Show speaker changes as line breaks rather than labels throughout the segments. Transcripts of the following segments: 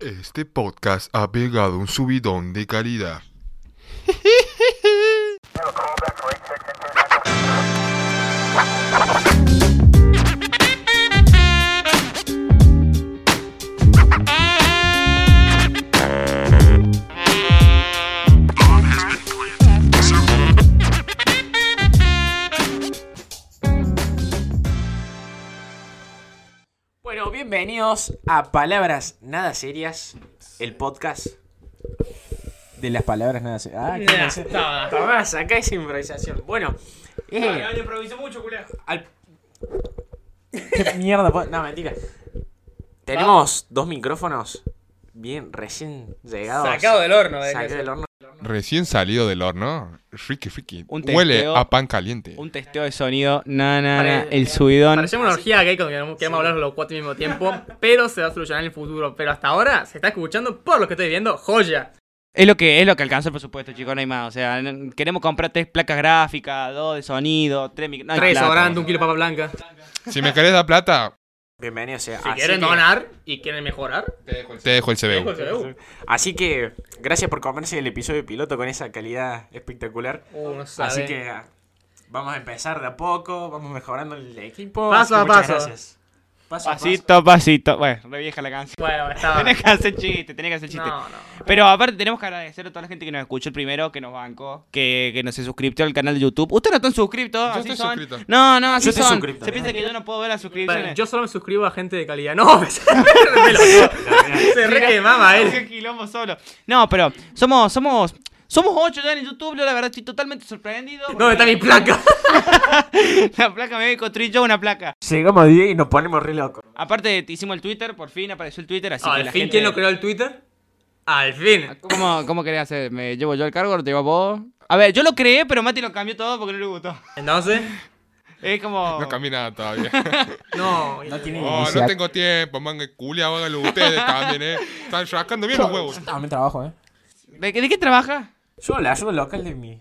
Este podcast ha pegado un subidón de calidad.
Bueno, bienvenidos a Palabras Nada Serias, el podcast de las palabras nada serias. Ah, ¿qué
Nah,
hace?
no, no.
Tomás, acá es improvisación. Bueno, eh,
Ah, le improvisó mucho, culero.
al- ¿Qué mierda? po- No, mentira. Tenemos dos micrófonos bien recién llegados.
Sacado del horno, eh.
Sacado del horno.
Recién salido del horno. Ricky, Ricky.
Un
Huele
testeo.
a pan caliente.
Un testeo de sonido, na, na, na,
Pare-
el subidón.
Parecemos una orgía gay cuando queremos, queremos hablar los cuatro al mismo tiempo, pero se va a solucionar en el futuro. Pero hasta ahora se está escuchando, por lo que estoy viendo, joya.
Es lo que es lo que alcanza el presupuesto, chicos, no hay más. O sea, n- queremos comprar tres placas gráficas, dos de sonido, tres micro... no
Ah,
hay
Tres
plata.
sobrando, un kilo de papa blanca.
Si me querés dar plata,
Bienvenidos. eh.
Si
Así
quieren
que-
donar y quieren mejorar, pues, eh,
te dejo el CBU.
Así que gracias por comerse el episodio piloto con esa calidad espectacular.
Uh, no sabe.
Así que ah, vamos a empezar de a poco, vamos mejorando el equipo.
Paso
así que
a
muchas
paso.
Gracias. Paso a paso.
Pasito, pasito. Bueno, revieja la canción.
Bueno, estaba.
Tenés que hacer chiste, tenés que hacer chiste.
No, no.
Pero aparte tenemos que agradecer a toda la gente que nos escuchó el primero, que nos bancó, que, que nos se suscriptó al canal de YouTube. Ustedes no están suscriptos,
Yo
así
estoy
son.
suscrito.
No, no, así
Yo estoy
son.
suscrito.
Se piensa que yo no puedo ver las suscripciones.
Bueno, yo solo me suscribo a gente de calidad. No, me me lo- se re quemaba eh. él.
Qué quilombo solo. No, pero somos, somos, somos ocho ya en YouTube, yo la verdad estoy totalmente sorprendido.
¿Dónde está mi placa?
La placa me voy a construir yo una placa.
Llegamos a 10 y nos ponemos re locos.
Aparte, te hicimos el Twitter, por fin apareció el Twitter, así que
Al
la
Ah, fin,
gente-
¿quién lo creó el Twitter? Al fin.
¿Cómo, ¿Cómo querés hacer? ¿Me llevo yo el cargo o lo te llevo vos? A ver, yo lo creé, pero Mati lo cambió todo porque no le gustó.
Entonces,
Es como...
No cambié nada todavía.
no.
No tiene
Oh, no tengo tiempo, manga culia, háganlo ustedes también, eh. Están rascando bien los
Ah,
huevos.
trabajo, ¿eh?
¿De, qué- de qué trabaja?
Yo le ayudo al local de mi.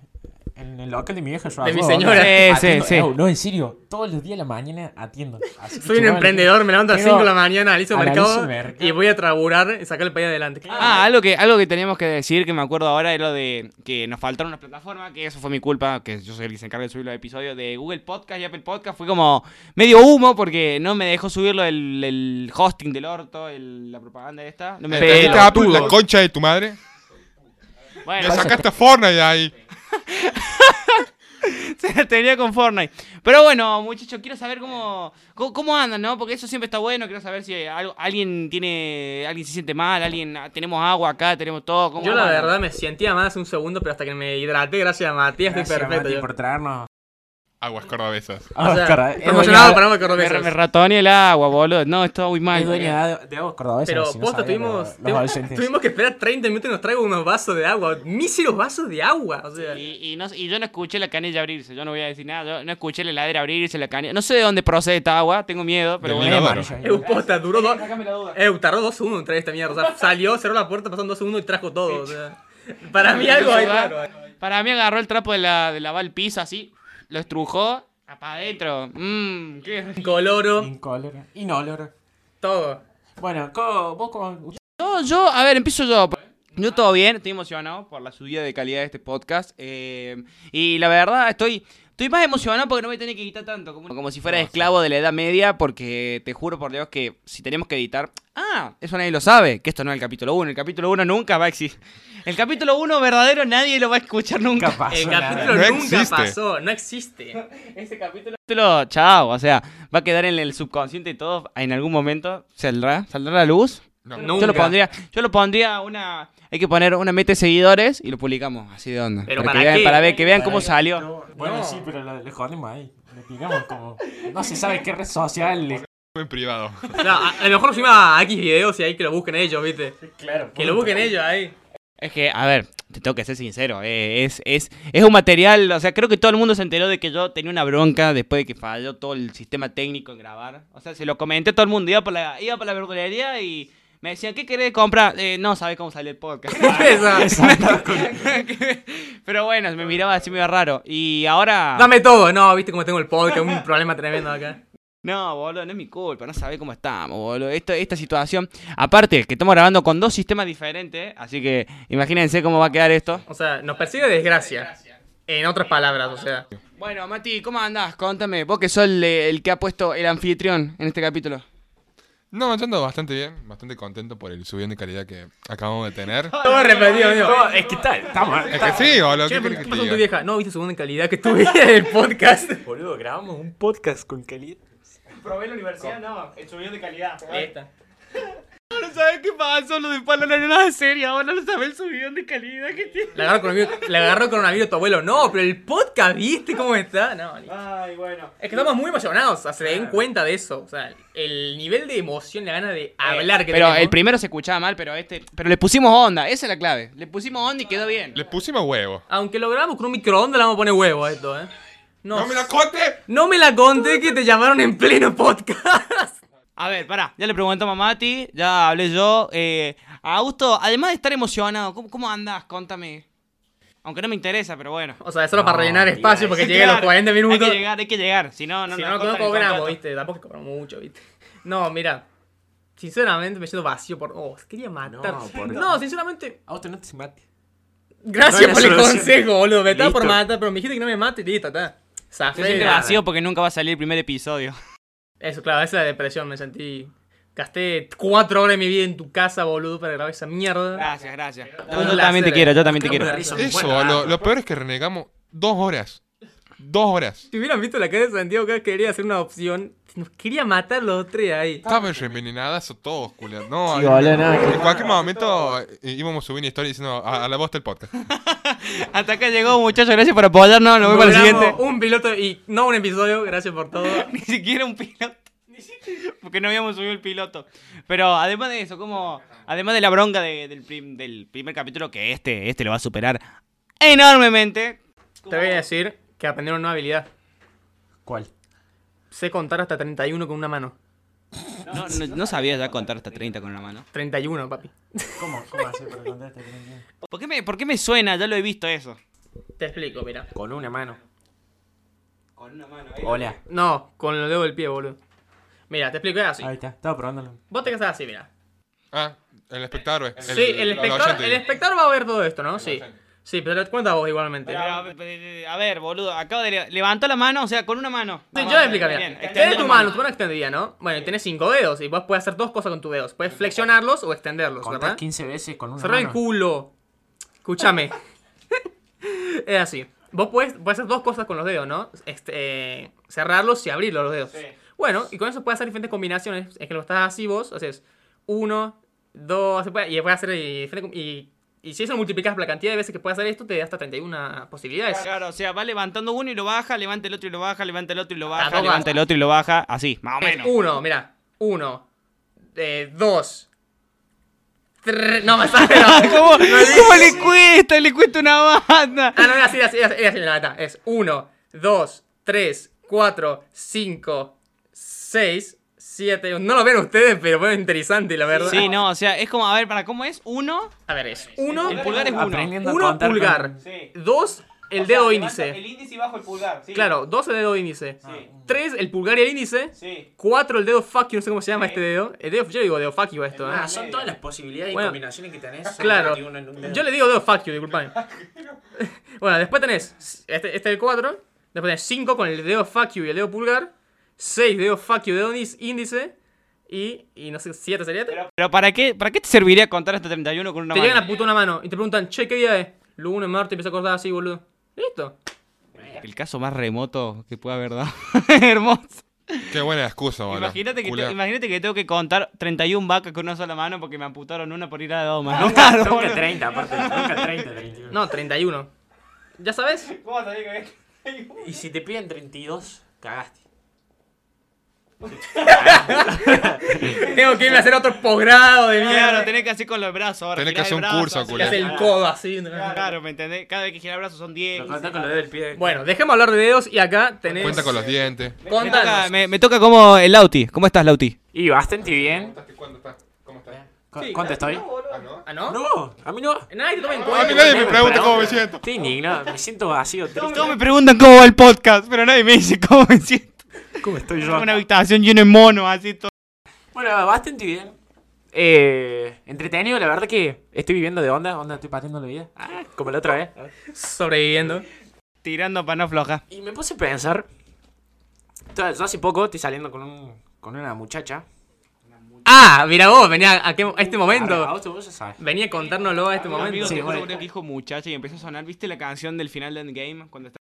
En el local de mi vieja yo
De mi
ayudo,
señora.
¿no?
Sí,
Atiendo-
sí, sí.
Eh, no, en serio, todos los días de la mañana atiendo. Así que
Soy un
chaval,
emprendedor, me levanto a las
Tengo-
5 de la mañana, analizo el
analizo
mercado
el mercado.
y voy a traburar y sacar el país adelante.
Ah, algo que, algo que teníamos que decir, que me acuerdo ahora, era lo de que nos faltaron unas plataformas, que eso fue mi culpa, que yo soy el que se encarga de subir los episodios de Google Podcast y Apple Podcast. Fue como medio humo porque no me dejó subirlo el, el hosting del orto, el- la propaganda esta. No me
¿Entendiste,
dejó.
Apple, la concha de tu madre? Le
Bueno,
sacaste a Fortnite de ahí.
se la tenía con Fortnite. Pero bueno, muchachos, quiero saber cómo, cómo, cómo andan, ¿no? Porque eso siempre está bueno. Quiero saber si algo- alguien tiene, alguien se siente mal, alguien, ah, tenemos agua acá, tenemos todo. ¿cómo
Yo la
andan?
verdad me sentía mal hace un segundo, pero hasta que me hidraté, gracias a Matías,
Gracias,
estoy perfecto.
Mati,
yo.
por traernos.
Aguas cordobesas.
Ah,
O sea,
Oscar, es
promocionado
dueña-
para Marco
Me,
Cordobeses.
me ratoné el agua, boludo. No, está muy mal.
es dueña de- de Oscar Cordobesa,
Pero
si no
posta,
sabían
tuvimos,
los- los
tuvimos-
oyentes.
tuvimos que esperar 30 minutos y nos traigo unos vasos de agua. Míseros vasos de agua. O sea,
Y, y no- y yo no escuché la canilla abrirse, yo no voy a decir nada, yo no escuché la heladera abrirse, la canilla. No sé de dónde procede esta agua, tengo miedo, pero
Del
bueno.
inodoro.
eu, posta, duró dos. Eu, tardó dos segundos en traer esta mierda. O sea, salió, cerró la puerta, pasaron dos segundos y trajo todo. O sea, para mí algo hay raro.
Para mí agarró el trapo de la, de lavar el piso así, lo estrujó, para adentro. Mmm, qué rico.
Coloro,
Incoloro, inoloro.
todo.
Bueno, co- vos como.
Yo, yo, a ver, empiezo yo. pues. Yo todo bien, estoy emocionado por la subida de calidad de este podcast. eh, y la verdad, estoy, estoy más emocionado porque no me tiene que editar tanto. Como, como si fuera esclavo de la Edad Media, porque te juro por Dios que si tenemos que editar. Ah, eso nadie lo sabe, que esto no es el capítulo 1. El capítulo 1 nunca va a existir. El capítulo 1 verdadero nadie lo va a escuchar nunca.
Capaz.
El
nada.
capítulo
No
nunca
existe.
pasó, no existe. Ese capítulo.
capítulo, chao, o sea, va a quedar en el subconsciente y todo. En algún momento saldrá, saldrá la luz.
No.
No.
Yo lo
Nunca.
pondría, yo lo pondría una. Hay que poner una meta de seguidores y lo publicamos así de onda.
Pero
que
¿para
vean,
qué?
para ver que vean
Para
cómo
que-
salió.
Bueno,
No.
sí, pero lo- le jodemos ahí. Le tiramos como. No se sabe qué red social. le-
En privado.
No, a, a lo mejor lo subimos a X videos y ahí que lo busquen ellos, viste.
Claro.
Que lo busquen eh. ellos ahí.
Es que, a ver, te tengo que ser sincero, eh, es, es, es un material, o sea, creo que todo el mundo se enteró de que yo tenía una bronca después de que falló todo el sistema técnico en grabar. O sea, se lo comenté a todo el mundo, iba por la, iba por la verdulería y me decían, ¿qué querés comprar? Eh, no, sabes cómo sale el podcast.
Esa.
Pero bueno, me miraba así medio raro. Y ahora...
Dame todo. No, viste cómo tengo el podcast, un problema tremendo acá.
No, boludo, no es mi culpa, no sabe cómo estamos, boludo. Esto, esta situación, aparte, que estamos grabando con dos sistemas diferentes, ¿eh? así que imagínense cómo va a quedar esto.
O sea, nos persigue desgracia. En otras palabras, o sea.
Bueno, Mati, ¿cómo andás? Contame, vos que sos el, el que ha puesto el anfitrión en este capítulo.
No, yo ando bastante bien, bastante contento por el subidón de calidad que acabamos de tener.
Todo repetido, mío.
No, es que tal, estamos.
Es que sí, boludo,
Che,
¿qué
pero
querés
¿qué
que te
pasó con tu
diga?
vieja? No, viste segunda en calidad que tuve en el podcast.
Boludo, grabamos un podcast con calidad.
Probé la universidad, no, el subido de calidad. Esta.
No sabes qué pasó, lo de Palo no era nada serio, ahora no sabes el subidón de calidad que tiene.
Le agarró coronavirus, le agarró coronavirus a tu abuelo. No, pero el podcast, ¿viste cómo está? No, listo.
Ay, bueno.
Es que estamos muy emocionados, o sea, se den cuenta de eso. O sea, el nivel de emoción, la gana de hablar que
Eh, Pero
tenemos.
el primero se escuchaba mal, pero este. Pero le pusimos onda, esa es la clave. Le pusimos onda y quedó bien.
Le pusimos huevo.
Aunque lo grabamos con un microondas, le vamos a poner huevo a esto, ¿eh? No,
¡No me la corte!
no me la conté que te llamaron en pleno podcast.
A ver, pará, ya le preguntamos a Mati, ya hablé yo. Eh, Augusto, además de estar emocionado, ¿cómo, cómo andás? Contame. Aunque no me interesa, pero bueno.
O sea, es solo para
No,
rellenar
tío,
espacio
hay
porque
que
llega a los
llegar,
40 minutos.
Hay que llegar, hay que llegar. Si no, no,
si
nos
no, no
cortan el
cobramos,
contrato.
viste. Tampoco es que cobramos mucho, viste. No, mira. Sinceramente me siento vacío por. Oh, quería matar.
No,
No,
por-
sinceramente.
Augusto, Ah, no te mate.
Gracias
No hay
por el
solución.
consejo, boludo. Me estaba por
Listo.
matar, pero me dijiste que no me mate y listo, está. Zafé.
Se siente
Nada.
vacío porque nunca va a salir el primer episodio.
Eso, claro, esa es la depresión. Me sentí. Gasté cuatro horas de mi vida en tu casa, boludo, para grabar esa mierda.
Gracias, gracias.
Un
Yo también te
placer.
quiero, yo también Ah, te
Claro,
quiero.
pero risa,
Eso,
bueno,
lo,
ah,
lo peor es que renegamos dos horas. Dos horas.
Si hubieran visto la cara de Santiago que quería hacer una opción, nos quería matar los tres ahí.
Estaban envenenadas todos, culiados. No,
Sí,
hay-
boludo, no, que-
en cualquier momento eh, íbamos a subir una historia diciendo a, a la voz del podcast.
Hasta acá llegó, muchachos, gracias por apoyarnos. Nos vemos en el
Logramos
siguiente.
Un piloto y no un episodio, gracias por todo.
Ni siquiera un piloto. Porque no habíamos subido el piloto. Pero además de eso, como. Además de la bronca de- del, prim- del primer capítulo, que este, este lo va a superar enormemente.
Te voy a decir que aprendí una nueva habilidad.
¿Cuál?
Sé contar hasta 31 con una mano.
No, no, no sabía ya contar hasta 30 con la mano.
31, papi.
¿Cómo? ¿Cómo hacer para contarte?
¿Por qué me, por qué me suena? Ya lo he visto eso.
Te explico, mira.
Con una mano.
Con una mano.
¿eh?
Hola.
No, con los dedos del pie, boludo. Mira, te explico, es así.
Ahí está, estaba probándolo.
Vos te casás así, mira.
Ah, el espectador. El,
Sí, el espectador, el espectador va a ver todo esto, ¿no? Sí. Sí, pero te cuenta vos igualmente.
eh, a ver, boludo, acabo de. le- Levantó la mano, o sea, con una mano.
Sí, yo
Vamos,
te explico,
bien,
mira.
extendió
Tenés tu
la
mano, tu mano extendida, ¿no? Bueno, tenés cinco dedos y vos puedes hacer dos cosas con tus dedos. Puedes flexionarlos o extenderlos,
Contás
¿verdad?
15 veces con una
Cerrar el
mano.
culo. Escúchame. es así. Vos puedes, hacer dos cosas con los dedos, ¿no? Este, eh, cerrarlos y abrirlos los dedos. Bueno, y con eso puedes hacer diferentes combinaciones. Es que lo estás así vos, haces uno, dos, se puede- y puedes hacer y, diferente com- y, y si eso multiplicas la cantidad de veces que puedes hacer esto, te da hasta 31 posibilidades.
Claro, o sea, va levantando uno y lo baja, levanta el otro y lo baja, levanta el otro y lo
Ah,
baja,
no,
levanta
va.
el otro y lo baja, así, más o
Es
menos.
uno, mira. Uno, eh, dos, tres. No, me sale. No.
¿Cómo, cómo le cuesta? Le cuesta una banda.
Ah, no, era así, era así, era así, era así, la neta. Es 1, 2, 3, 4, 5, 6, 7. No lo ven ustedes, pero fue interesante, la verdad.
Sí, no, o sea, es como, a ver, para cómo es uno.
A ver, es 1,
El pulgar es uno.
Aprendiendo a contar
pulgar.
con-
2, el dedo índice.
índice y bajo el pulgar, sí.
Claro, 2 el dedo índice.
Sí.
3, el pulgar y el índice.
Sí.
4, el dedo fuck you, no sé cómo se llama este dedo. El dedo, yo digo dedo fuck you a esto, ¿eh?
Ah, son todas las posibilidades
Bueno,
y combinaciones que tenés. son
Claro.
31 en un dedo.
Yo le digo dedo fuck you, disculpame. bueno, después tenés este, este el 4. Después tenés 5 con el dedo fuck you y el dedo pulgar. 6 dedo fuck you, dedo índice- índice. Y, y no sé, 7 sería. Te
Pero ¿para qué, para qué te serviría contar hasta 31 con una
llegan
mano?
a puta una mano y te preguntan, che, ¿qué día es? Lunes, martes, empieza a cortar así, boludo. Listo.
El caso más remoto que pueda haber dado. Hermoso.
Qué buena excusa, boludo.
Imagínate que, te-
Culiao.
imagínate que tengo que contar 31 vacas con una sola mano porque me amputaron una por ir a dos manos. Claro,
Nunca
boludo.
30, aparte. Nunca 30, 31.
No, 31. ¿Ya sabes?
¿Cómo sabés que es?
Y si te piden 32, cagaste.
Tengo que irme a hacer otro posgrado de
Claro,
mierda.
tenés que hacer con los brazos ahora.
Tenés que
girás el
hacer un
brazo,
curso,
así.
que hacer el
culo.
codo así.
Claro, ¿me entendés? Cada vez que girar brazos son 10.
Lo contás con los dedos del pie.
Bueno, dejemos hablar de dedos y acá tenés.
Cuenta con los dientes.
Me toca,
Contanos.
me- me toca como el Lauti. ¿Cómo estás, Lauti?
Y bastante bien.
¿Cuándo estás? ¿Cómo estás?
Co-
Sí,
¿Cuánto estoy?
Ah, ¿no?
¿Ah, no?
No, a mí no.
Nadie te toma en
A
cuenta.
mí nadie me pregunta cómo me siento.
Estoy indignado, me siento vacío, triste.
Todos me preguntan cómo va el podcast, pero nadie me dice cómo me siento.
¿Cómo estoy yo?
Una habitación llena de monos, así todo.
Bueno, bastante bien. Eh, entretenido, la verdad que estoy viviendo de onda, onda estoy pateando la vida. Ah, como la otra vez.
Sobreviviendo.
Tirando para no floja.
Y me puse a pensar. Entonces, yo hace poco estoy saliendo con, un, con una muchacha.
Ah, mira vos, venía a, que- a este
Arre, a
momento.
vos, vos ya sabes.
Venía a contárnoslo a este momento.
Amigo,
Sí,
te juro
bueno.
que dijo muchacha y empezó a sonar, ¿viste la canción del final de Endgame? Cuando está...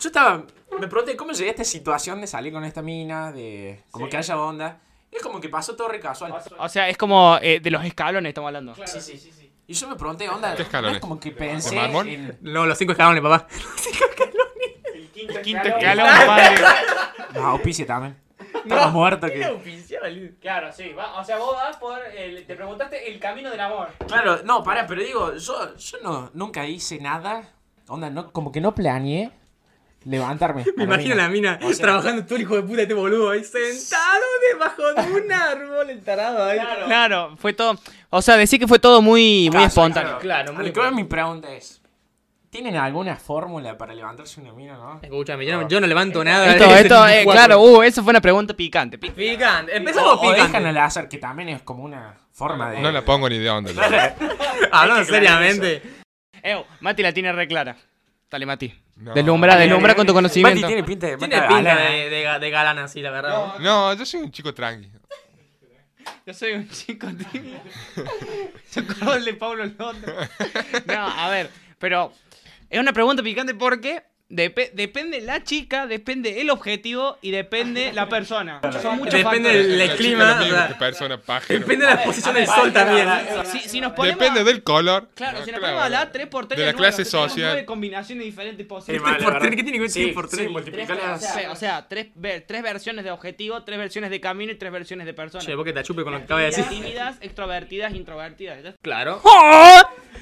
Yo estaba. Me pregunté cómo llegué a esta situación de salir con esta mina, de como que haya onda. Y es como que pasó todo re casual.
O sea, es como eh, de los escalones estamos hablando.
Sí, sí, Y yo me pregunté, onda.
¿Qué escalones?
no es como que pensé.
¿De mármol?
en-
No, los cinco escalones, papá.
Quinto escalón, padre.
Los auspicios también. Estaba muerto que.
Claro, sí. va- O sea, vos vas por. el- te preguntaste el camino del amor.
Claro, no, para, pero digo, yo, yo no, nunca hice nada. Onda, no, como que no planeé levantarme.
Me imagino la mina
O sea-
trabajando todo el hijo de puta de este boludo ahí sentado debajo de un árbol, el tarado ahí.
Claro.
Claro, fue todo. O sea, decir que fue todo muy, muy
Casual,
espontáneo.
Ah, Claro,
A lo
muy
que voy, mi pregunta es: ¿tienen alguna fórmula para levantarse una mina, no?
Escúchame, yo no, yo no levanto nada.
Esto, esto, eh, claro, uh, eso fue una pregunta picante. pi-
Picante.
O,
Empezamos
o dejan
picante.
al azar, que también es como una forma de.
No la pongo ni de onda. loco.
Hablando seriamente.
Ew, Mati la tiene re clara. Dale, Mati.
No.
Deslumbra, deslumbra con tu
Mati
conocimiento.
tiene pinta de.
Tiene pinta
¿eh?
de, de, ga- de galán así, la verdad. ¿no?
No, yo soy un chico tranqui.
Yo soy un chico tímido. Socorro el de Pablo Londra. No, a ver, pero es una pregunta picante porque depe- depende la chica, depende el objetivo y depende la persona. Son muchos
Depende
factores.
El
La chica
clima,
es lo mismo
o sea,
que persona, pájaro.
Depende de la posición del sol también.
Si, si nos ponemos
Depende del color.
Claro, si
Claro.
nos ponemos a hablar 3 por 3
De la clase social. Eh,
Nueve combinaciones diferentes posibles.
mal. por tres, ¿qué tiene que ver tres por tres?
O sea,
O sea, tres, ver- tres versiones de objetivo, tres versiones de camino y tres versiones de persona.
Che, vos que te achupe con lo que acabas de
Tímidas,
decir.
tímidas, extrovertidas, introvertidas.
Claro.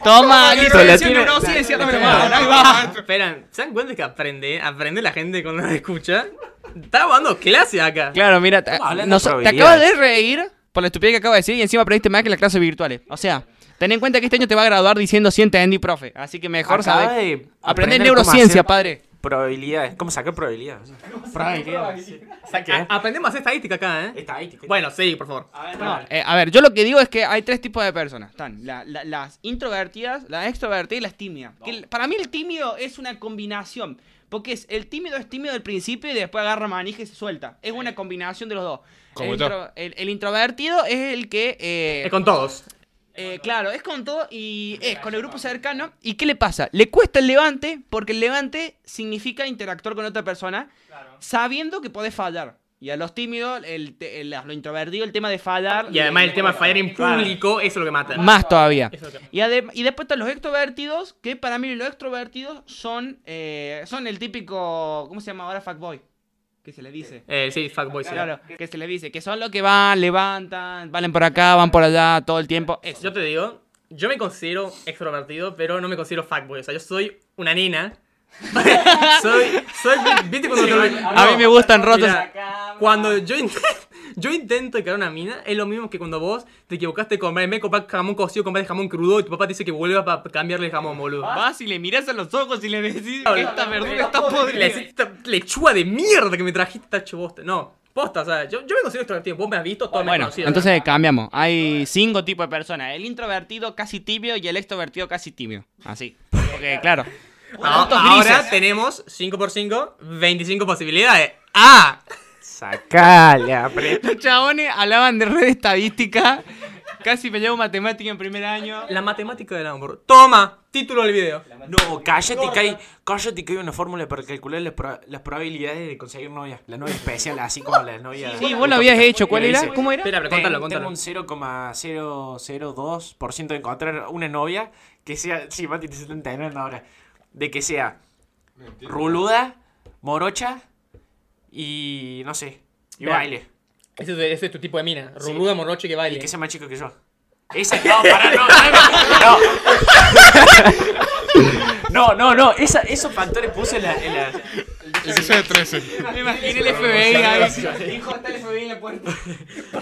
Toma,
Listo,
listo,
la
le
tiene-
tiro.
la-
Sí,
la-
cierra
la-
la Ahí
Ah,
va.
maestro.
Esperan, ¿se dan cuenta que aprende, aprende la gente cuando la escucha? Estamos dando clase acá.
Claro, mira, te,
Estamos hablando de
nos- te acabas
probabilidades.
de reír por la estupidez que acabo de decir y encima aprendiste más que las clases virtuales. O sea, ten en cuenta que este año te va a graduar diciendo sí entendí, profe. Así que mejor
Acaba
sabes.
de
Aprende
aprender cómo
neurociencia,
hacer-
padre.
Probabilidades. ¿Cómo sacar probabilidades? Probabilidades.
A- Aprendemos a hacer estadística acá, ¿eh?
Estadística.
Bueno, sí, por favor.
A ver,
No,
dale.
eh, a ver, yo lo que digo es que hay tres tipos de personas. Están la- la- las introvertidas, las extrovertidas y las tímidas. Que el- para mí el tímido es una combinación. Porque es, el tímido es tímido al principio y después agarra manija y se suelta. Es una combinación de los dos.
Como
el,
yo.
el- el introvertido es el que... eh,
Es con todos.
eh, claro, es con todo y es con el grupo cercano. ¿Y qué le pasa? Le cuesta el levante porque el levante significa interactuar con otra persona sabiendo que podés fallar. Y a los tímidos, el, te- el- a lo introvertido, el tema de fallar.
Y además el tema de fallar en público, eso es lo que mata.
Más todavía.
Eso es lo que-
Y, adem- y después están los extrovertidos, que para mí los extrovertidos son, eh, son el típico, ¿cómo se llama ahora? Fuckboy, que se le dice.
Eh, sí, fuckboy, sí.
Claro, que se le dice, que son los que van, levantan, valen por acá, van por allá, todo el tiempo. Eso.
Yo te digo, yo me considero extrovertido, pero no me considero fuckboy. O sea, yo soy una nena. soy, soy, ¿viste cuando te lo-
a mí me gustan rotos.
Ah, Mira, cuando yo, int- yo intento encarar una mina, es lo mismo que cuando vos te equivocaste con me comprar jamón cocido, compraste jamón crudo y tu papá te dice que vuelvas para cambiarle el jamón, boludo.
Vas y le miras a los ojos y le decís
Claro,
que esta
no,
verdura
no,
está
no, Le
podrida.
decís, esta lechuga de mierda que me trajiste, tacho bosta. No, posta, o sea, yo, yo me considero extrovertido. Vos me has visto, todo me
Bueno,
conocías.
entonces cambiamos. Hay cinco tipos de personas. El introvertido casi tibio y el extrovertido casi tibio. Así. Porque, claro.
Ah,
puntos
ahora
grises.
tenemos 5x5, 25 posibilidades. ¡Ah!
Sacale, apre-
Los chabones hablaban de red estadística. Casi me llevo matemática en primer año.
La matemática del amor. Toma, título del video.
No, cállate que hay, cállate que hay una fórmula para calcular las, pro- las probabilidades de conseguir novia. La novia especial, así como la novia.
Sí, vos lo habías hecho. ¿Cuál era?
Dice,
¿Cómo era?
Espera, pero
Ten-
contalo,
Tengo
contalo.
un 0,002% de encontrar una novia que sea. Sí, Mati, te están entendiendo ahora. De que sea ruluda, morocha y. no sé. Y
Vean.
baile.
Ese, es- ese es tu tipo de mina. Ruluda, moroche que baile.
Que sea más chico que yo. Esa. No, pará, no, no, no. No, no, no. Esa, esos factores puse en la. En la
Ese de 13.
Me imaginé el FBI ahí.
Dijo, está el FBI en la puerta.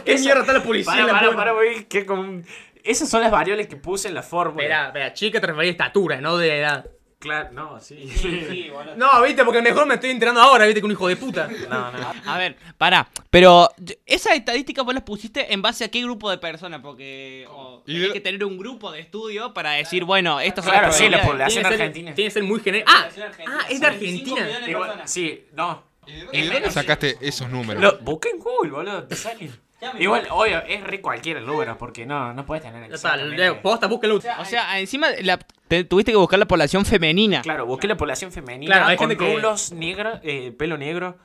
¿Qué mierda está la policía?
para, para, para, voy, que como un- Esas son las variables que puse en la fórmula.
Espera, espera, chica te refería a estatura, no de edad.
Claro, no, sí.
Sí, boludo.
No, viste, porque mejor me estoy enterando ahora, viste, que un hijo de puta.
No, no.
A ver, pará. Pero esas estadísticas vos las pusiste en base a qué grupo de personas, porque o,
Y
tenés
de-
que tener un grupo de estudio para decir, bueno, estas son
Claro,
las
sí, la
probabilidades.
población
Tiene que ser-
argentina.
Tiene que ser muy general. Ah,
Población argentina.
ah, es de
45
Argentina.
millones de
Igual-
personas.
sí, no.
¿Y de dónde sacaste esos números?
Lo, busca en Google, boludo, te salen.
Ya me
Igual, obvio, es re cualquiera el número, porque no, no puedes tener
O sea,
exactamente-
Leo, posta, búsquelo.
O sea, encima la- te- tuviste que buscar la población femenina.
Claro, busqué la población femenina
Claro, hay
con
gente que-
rulos negros, eh, pelo negro.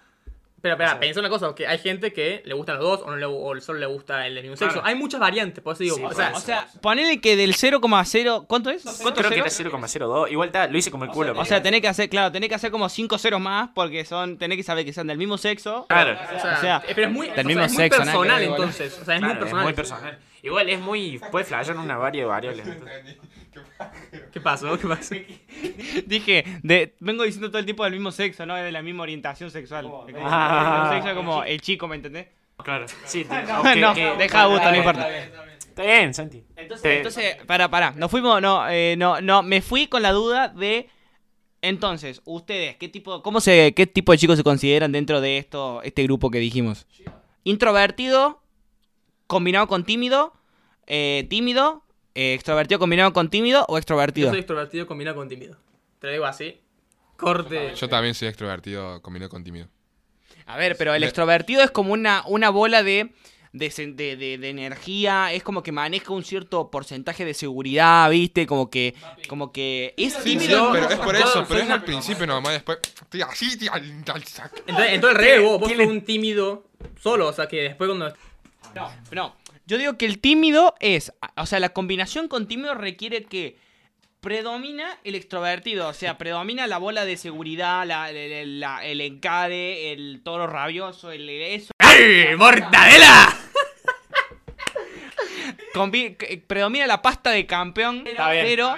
Pero,
O sea-
espera, piensa una cosa, que hay gente que le gustan los dos o, no le, o solo le gusta el de mismo
Claro.
sexo. Hay muchas variantes, por eso digo.
Sí,
o
por
sea,
eso.
O sea, ponele que del 0,0. ¿Cuánto es? ¿Cuánto
Creo que
cero?
era 0,02. Igual está, lo hice como el culo.
O sea, tenés que hacer, claro, tenés que hacer como 5 ceros más porque son, tenés que saber que sean del mismo sexo.
claro.
o sea,
o sea,
eh, pero es muy,
del
o sea,
mismo
es muy
sexo, nada que
personal
ver, igual.
entonces. O sea, es
Claro,
muy personal.
personal. Igual es muy. Puede flashear una varia de variables.
¿Qué pasó? ¿Qué pasó?
Dije, de- vengo diciendo todo el tiempo del mismo sexo, no es de la misma orientación sexual. Es como,
Ah.
el sexo es como el chico, ¿me entendés?
Claro. Sí, te-
No,
ok,
no,
ok.
deja a gusto, no importa.
Está bien, Santi.
Entonces-
Te-
Entonces, para, para, nos fuimos, no, eh, no, no, me fui con la duda de, entonces, ustedes, ¿qué tipo, cómo se, qué tipo de chicos se consideran dentro de esto, este grupo que dijimos? Introvertido, combinado con tímido, eh, tímido, eh, extrovertido combinado con tímido o
Yo
extrovertido.
soy extrovertido combinado con tímido. Te lo digo así. Corte.
Yo también soy extrovertido combinado con tímido.
A ver, pero el
Me-
extrovertido es como una, una bola de, de, sen- de- de- de energía, es como que maneja un cierto porcentaje de seguridad, ¿viste? Como que, como que es
Sí, sí,
tímido.
pero es por
yo
eso,
soy
pero es
una-
al principio nomás, después. Estoy así, tío, al- al saco.
Entonces, entonces al revés, vos, vos
tiene-
sos un tímido solo, o sea que después cuando...
No, no. Yo digo que el tímido es, o sea, la combinación con tímido requiere que predomina el extrovertido, o sea, predomina la bola de seguridad, la, el- el- la- el encare, el toro rabioso, el eso.
¡Ay, mortadela!
Combi- eh, predomina la pasta de campeón,
Está bien,
pero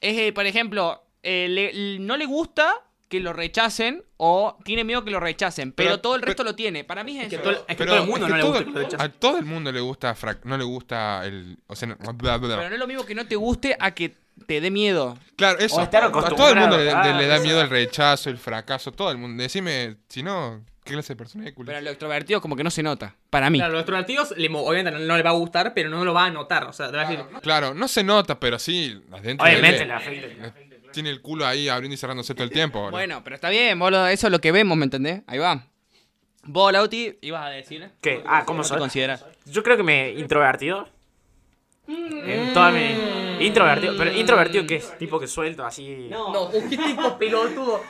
es, eh, por ejemplo, eh, le- l- no le gusta que lo rechacen o tiene miedo que lo rechacen, pero,
Pero-
todo el
pero-
resto lo tiene. Para mí es
Que
eso.
todo, el- es que todo el mundo
es que
no
todo-
le gusta que lo rechacen.
A todo el mundo le gusta frac- no le gusta el. O sea, no- bla, bla, bla.
Pero no es lo mismo que no te guste a que te dé miedo.
claro, eso.
o estar
a todo el mundo le,
acostumbrado,
le- le da
ah,
miedo el rechazo, el fracaso, todo el mundo. Decime, si no, ¿qué clase de persona es culo?
Pero lo extrovertido como que no se nota, para mí.
Claro, los extrovertidos le mo- obviamente no, no le va a gustar, pero no lo va a notar. O sea, te va a decir,
Claro, no se nota, pero sí, adentro de él,
Obviamente
eh,
la gente.
tiene el culo ahí abriendo y cerrándose todo el tiempo. boludo.
Bueno, pero está bien, boludo, eso es lo que vemos, ¿me entendés? Ahí va. Vos, Lauti, ibas a decir.
¿Qué? Ah, ¿cómo
¿Cómo te
soy?
consideras?
Yo creo que me introvertido. En toda mi. Introvertido. Pero introvertido que es tipo que suelto así.
No, vos qué tipo pelotudo.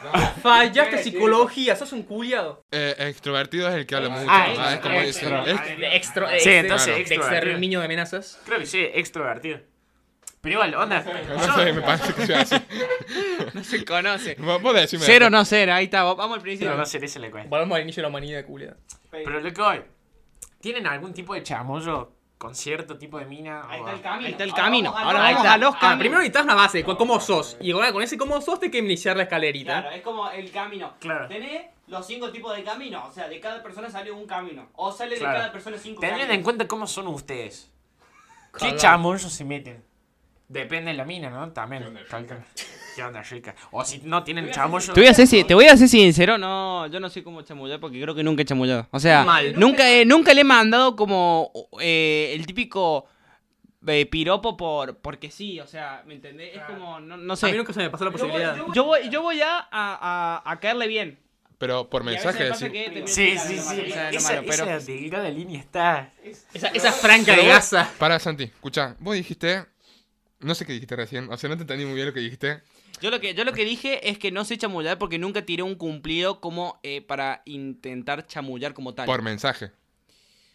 Fallaste psicología, sos un culiado.
Eh, extrovertido es el que habla mucho.
Ah,
¿no? Es como dicen,
extra.
es-
De extro, de
Sí,
ex-
entonces,
de
extrovertido.
exterminio de amenazas.
Creo que sí, extrovertido. Pero igual, onda.
no sé, me parece que sea así.
No se conoce.
Vos vos decime.
Cero no cero, ahí está, vamos al principio.
Yo no sé, ese le cuento.
Volvemos al inicio de la humanidad, culiado.
Pero lo que hoy. ¿Tienen algún tipo de chamuyo con cierto tipo de mina?
Ahí
O-
está el camino.
Ahí está el camino. Ahora
Ahí
vamos
está.
a los
Ah,
caminos.
Primero necesitas una base, cu- cómo sos. Y ahora con ese cómo sos, te que iniciar la escalerita.
Claro, es como el camino.
Claro.
Tenés los cinco tipos de camino. O sea, de cada persona salió un camino. O sale
Claro.
de cada persona cinco
Tengan en
caminos.
cuenta cómo son ustedes. ¿Qué
Cabrón.
chamullos se meten? Depende de la mina, ¿no? También. calca. ¿Qué onda, chica? O si no tienen chamullos.
Te voy, a ser, si- te voy a ser sincero, no, yo no sé cómo chamullar porque creo que nunca he chamullado. O sea,
Mal.
nunca he- nunca le he mandado como eh, el típico eh, piropo por porque sí, o sea, ¿me entendés? Es como, no, no
A mí
sé.
nunca se me pasó la posibilidad.
Yo voy, yo voy a, a, a- a caerle bien.
Pero por
Y a veces me
mensaje
pasa
decir.
que termino
Sí,
tirando
sí,
la mano,
sí.
o sea, no
Esa,
malo, pero-
esa delgada línea está.
Esa, esa franca de gasa.
Para, Santi, escucha, vos dijiste. No sé qué dijiste recién, o sea, no te entendí muy bien lo que dijiste.
Yo lo que, yo lo que dije es que no sé chamullar porque nunca tiré un cumplido como eh, para intentar chamullar como tal.
Por mensaje.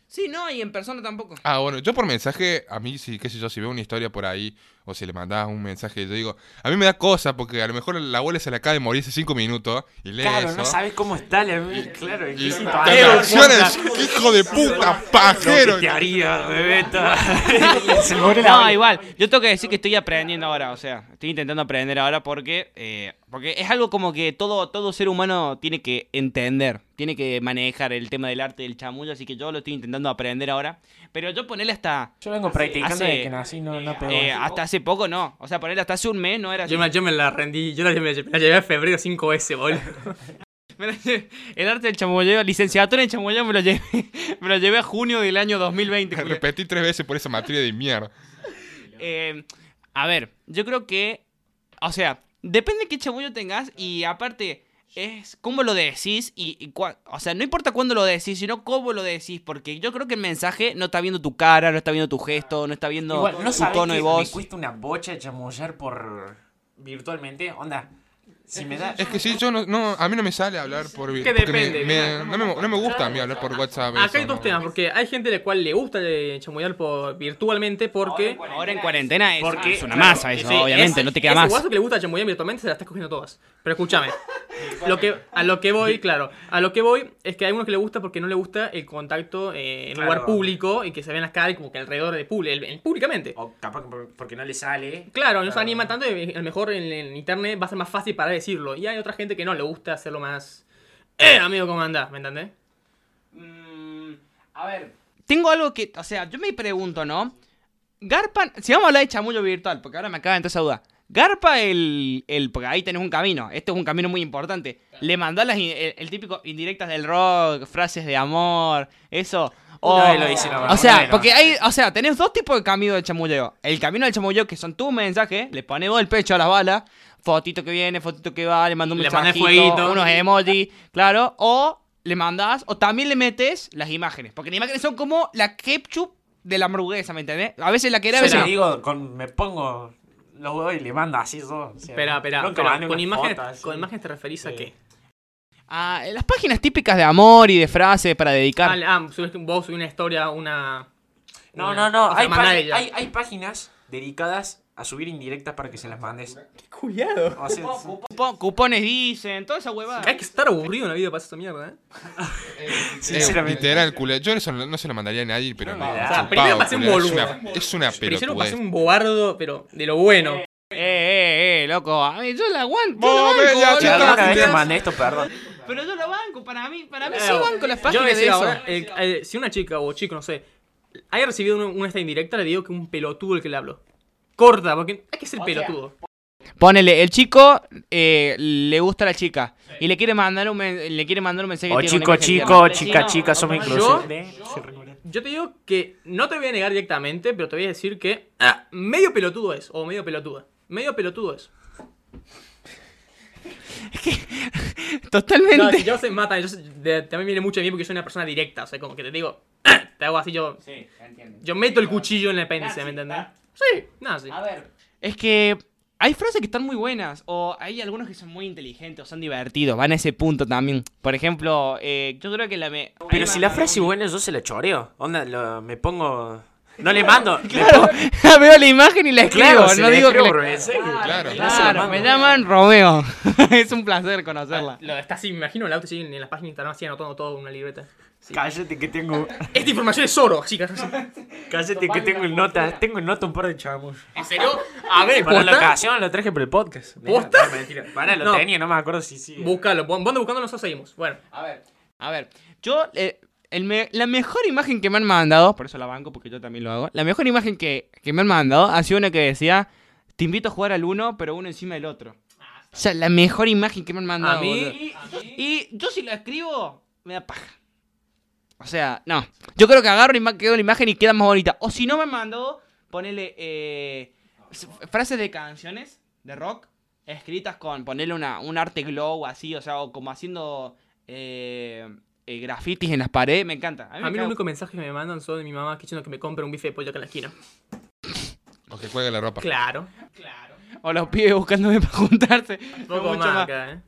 Sí, no, y en persona tampoco.
Ah, bueno, yo por mensaje, a mí, si, qué sé yo, si veo una historia por ahí, o si le mandás un mensaje, yo digo, a mí me da cosa, porque a lo mejor la abuela se le acaba de morir hace cinco minutos, y lee
Claro,
eso.
no sabes cómo está la mina. Claro, ¿en
y
qué
te
situación?
reaccionas, "Qué hijo de puta,
Lo
pajero.
que te haría, bebeta. Se muere la
No,
abuela.
igual, yo tengo que decir que estoy aprendiendo ahora, o sea, estoy intentando aprender ahora porque, eh, porque es algo como que todo, todo ser humano tiene que entender, tiene que manejar el tema del arte del chamullo, así que yo lo estoy intentando aprender ahora, pero yo ponerle hasta,
Yo vengo practicando
hace-
desde que nací, no, no pego.
eh, hasta hace poco no. O sea, poner hasta hace un mes no era así.
Yo me, yo me la rendí, yo la, me la llevé a febrero 5S, boludo.
Me la llevé- El arte del chamoyeo, licenciatura en chamoyeo me lo llevé, me lo llevé a junio del año 2020. Julián.
Repetí tres veces por esa materia de mierda.
Eh, a ver, yo creo que. O sea, depende de qué chamuyo tengas y aparte. Es cómo lo decís y, y cua- o sea, no importa cuándo lo decís, sino cómo lo decís, porque yo creo que el mensaje no está viendo tu cara, no está viendo tu gesto, no está viendo
Igual, ¿no
tu
sabes
tono
que
de
me
voz.
cuesta una bocha chamullar por... virtualmente? Onda, si me da...
Es que sí, yo no, no, a mí no me sale hablar por
que
porque me-
depende,
me-
mira,
no, me, no me gusta a mí hablar por WhatsApp.
Acá
eso,
hay dos
no.
temas, porque hay gente a la cual le gusta eh, chamullar por, virtualmente porque...
Ahora en cuarentena es,
Porque-
es una
claro,
masa eso,
sí,
obviamente,
es-
no te queda
Ese
más.
guaso que le gusta chamullar virtualmente se la está cogiendo todas. Pero escúchame. lo que, a lo que voy, claro. A lo que voy es que hay uno que le gusta porque no le gusta el contacto eh, en un lugar
Claro.
público y que se vean las caras como que alrededor de público, públicamente.
O capaz que por- porque no le sale.
Claro, no se anima tanto y a lo mejor en, en internet va a ser más fácil para decirlo. Y hay otra gente que no le gusta hacerlo más. ¡Eh, amigo, cómo andás! ¿Me entendés?
Mm, a ver. Tengo algo que, o sea, yo me pregunto, ¿no? Garpa, si vamos a hablar de chamullo virtual, porque ahora me acaba de entrar esa duda. Garpa el, el, porque ahí tenés un camino, este es un camino muy importante. Le mandó las, in- el, el típico indirectas del rock, frases de amor, eso. O,
Una vez lo hice, la verdad,
o
una
sea,
vez
porque
nomás.
hay, o sea, tenés dos tipos de camino de chamulleo. El camino del chamulleo que son tus mensajes, le pones vos el pecho a las balas, fotito que viene, fotito que va, le mando un
Le
mensajito,
mandás fueguito.
unos emoji, claro, o le mandás, o también le metes las imágenes, porque las imágenes son como la ketchup de la hamburguesa, ¿me entendés? A veces la querés, a
Yo
veces
le
no.
digo, con- me pongo los huevos y le mando así yo.
Espera, espera. espera. Con, imágenes, ¿Con imágenes te referís a
Sí.
qué?
Ah, las páginas típicas de amor y de frases para dedicar.
Ah, ah, subiste- vos subís una historia, una.
No, no,
una-
no.
o sea,
Hay,
mandá
pá-
ella.
hay, hay páginas dedicadas a subir indirectas para que se las mandes.
Cuidado.
O sea,
Cupo- cupones dicen, toda esa huevada.
Hay que estar aburrido en la vida para hacer esa mierda, ¿eh?
Eh,
sinceramente.
literal, culo. Yo eso no, no se lo mandaría a nadie, pero no.
O sea,
chupado,
primero pasé un
culo,
boludo.
Es una, es una
Primero
pelotudez.
pasé un bobardo, pero de lo bueno.
Eh, eh, eh, loco, a mí yo la aguanto. yo la
Vos,
banco,
ven, ya,
boludo.
Si alguna vez
chicas.
te mandé esto, perdón.
Pero yo la banco, para mí, para mí
Claro.
sí banco las
Yo
páginas
voy a
de
decir
eso.
ahora, el- el- si una chica o chico, no sé, haya recibido un- una esta indirecta, le digo que un pelotudo el que le hablo. Corta, porque hay que ser pelotudo.
Ponele, el chico eh, le gusta a la chica y le quiere mandar un, men- le quiere mandar un mensaje.
O
Oh,
que tiene
chico,
una imagen
chico,
de-
chica, chica, somos
Yo-
inclusivos.
Yo te digo que no te voy a negar directamente, pero te voy a decir que ah, medio pelotudo es, o medio pelotuda. Medio pelotudo es.
Totalmente.
No, yo se mata, yo se- de- también viene mucho de mí porque soy una persona directa, o sea, como que te digo, ah, te hago así, yo,
Sí, entiendo.
yo meto el cuchillo en el apéndice, ¿me entendés? Sí, nada, sí.
A ver,
Es que hay frases que están muy buenas o hay algunos que son muy inteligentes o son divertidos. Van a ese punto también. Por ejemplo, eh, yo creo que la me...
Pero si la frase es buena, yo se la choreo. Onda, lo- me pongo. No le mando. me
Claro, veo la imagen y la escribo.
Claro, se
no
la
digo
escribo,
que...
bro,
la-
en serio.
Claro.
Yo se la
Claro,
mando.
me llaman Romeo. es un placer conocerla.
Lo está así, me imagino en el auto, así, en las páginas de Instagram, así anotando todo en una libreta.
Cállate que tengo.
Esta información es oro, chicas. ¿En
Cállate que tengo en nota. Tengo en nota un par de chamos.
serio? A ver,
Eh, Para la
¿posta?
ocasión lo traje por el podcast.
¿Posta?
No, mentira. Para, lo
No.
tenía, no me acuerdo si sí.
Búscalo, pon- ponte buscando, nosotros seguimos. Bueno,
a ver.
A ver, yo. eh, el me- la mejor imagen que me han mandado, por eso la banco porque yo también lo hago. La mejor imagen que, que me han mandado ha sido una que decía: Te invito a jugar al uno, pero uno encima del otro. O sea, la mejor imagen que me han mandado.
a mí,
boludo. Y yo si la escribo, me da paja. O sea, no. Yo creo que agarro y ma- quedo la imagen y queda más bonita. O si no me mandó, ponele eh, s- frases de canciones de rock escritas con ponerle una, un arte glow así, o sea, o como haciendo eh, eh, grafitis en las paredes. Me encanta. A mí,
a mí
me
los
cago-
únicos mensajes que me mandan son de mi mamá que diciendo que me compre un bife de pollo acá en la esquina.
O que cuelgue la ropa.
Claro.
O los pibes buscándome para juntarse.
Poco
Mucho
más
más.
acá, ¿eh?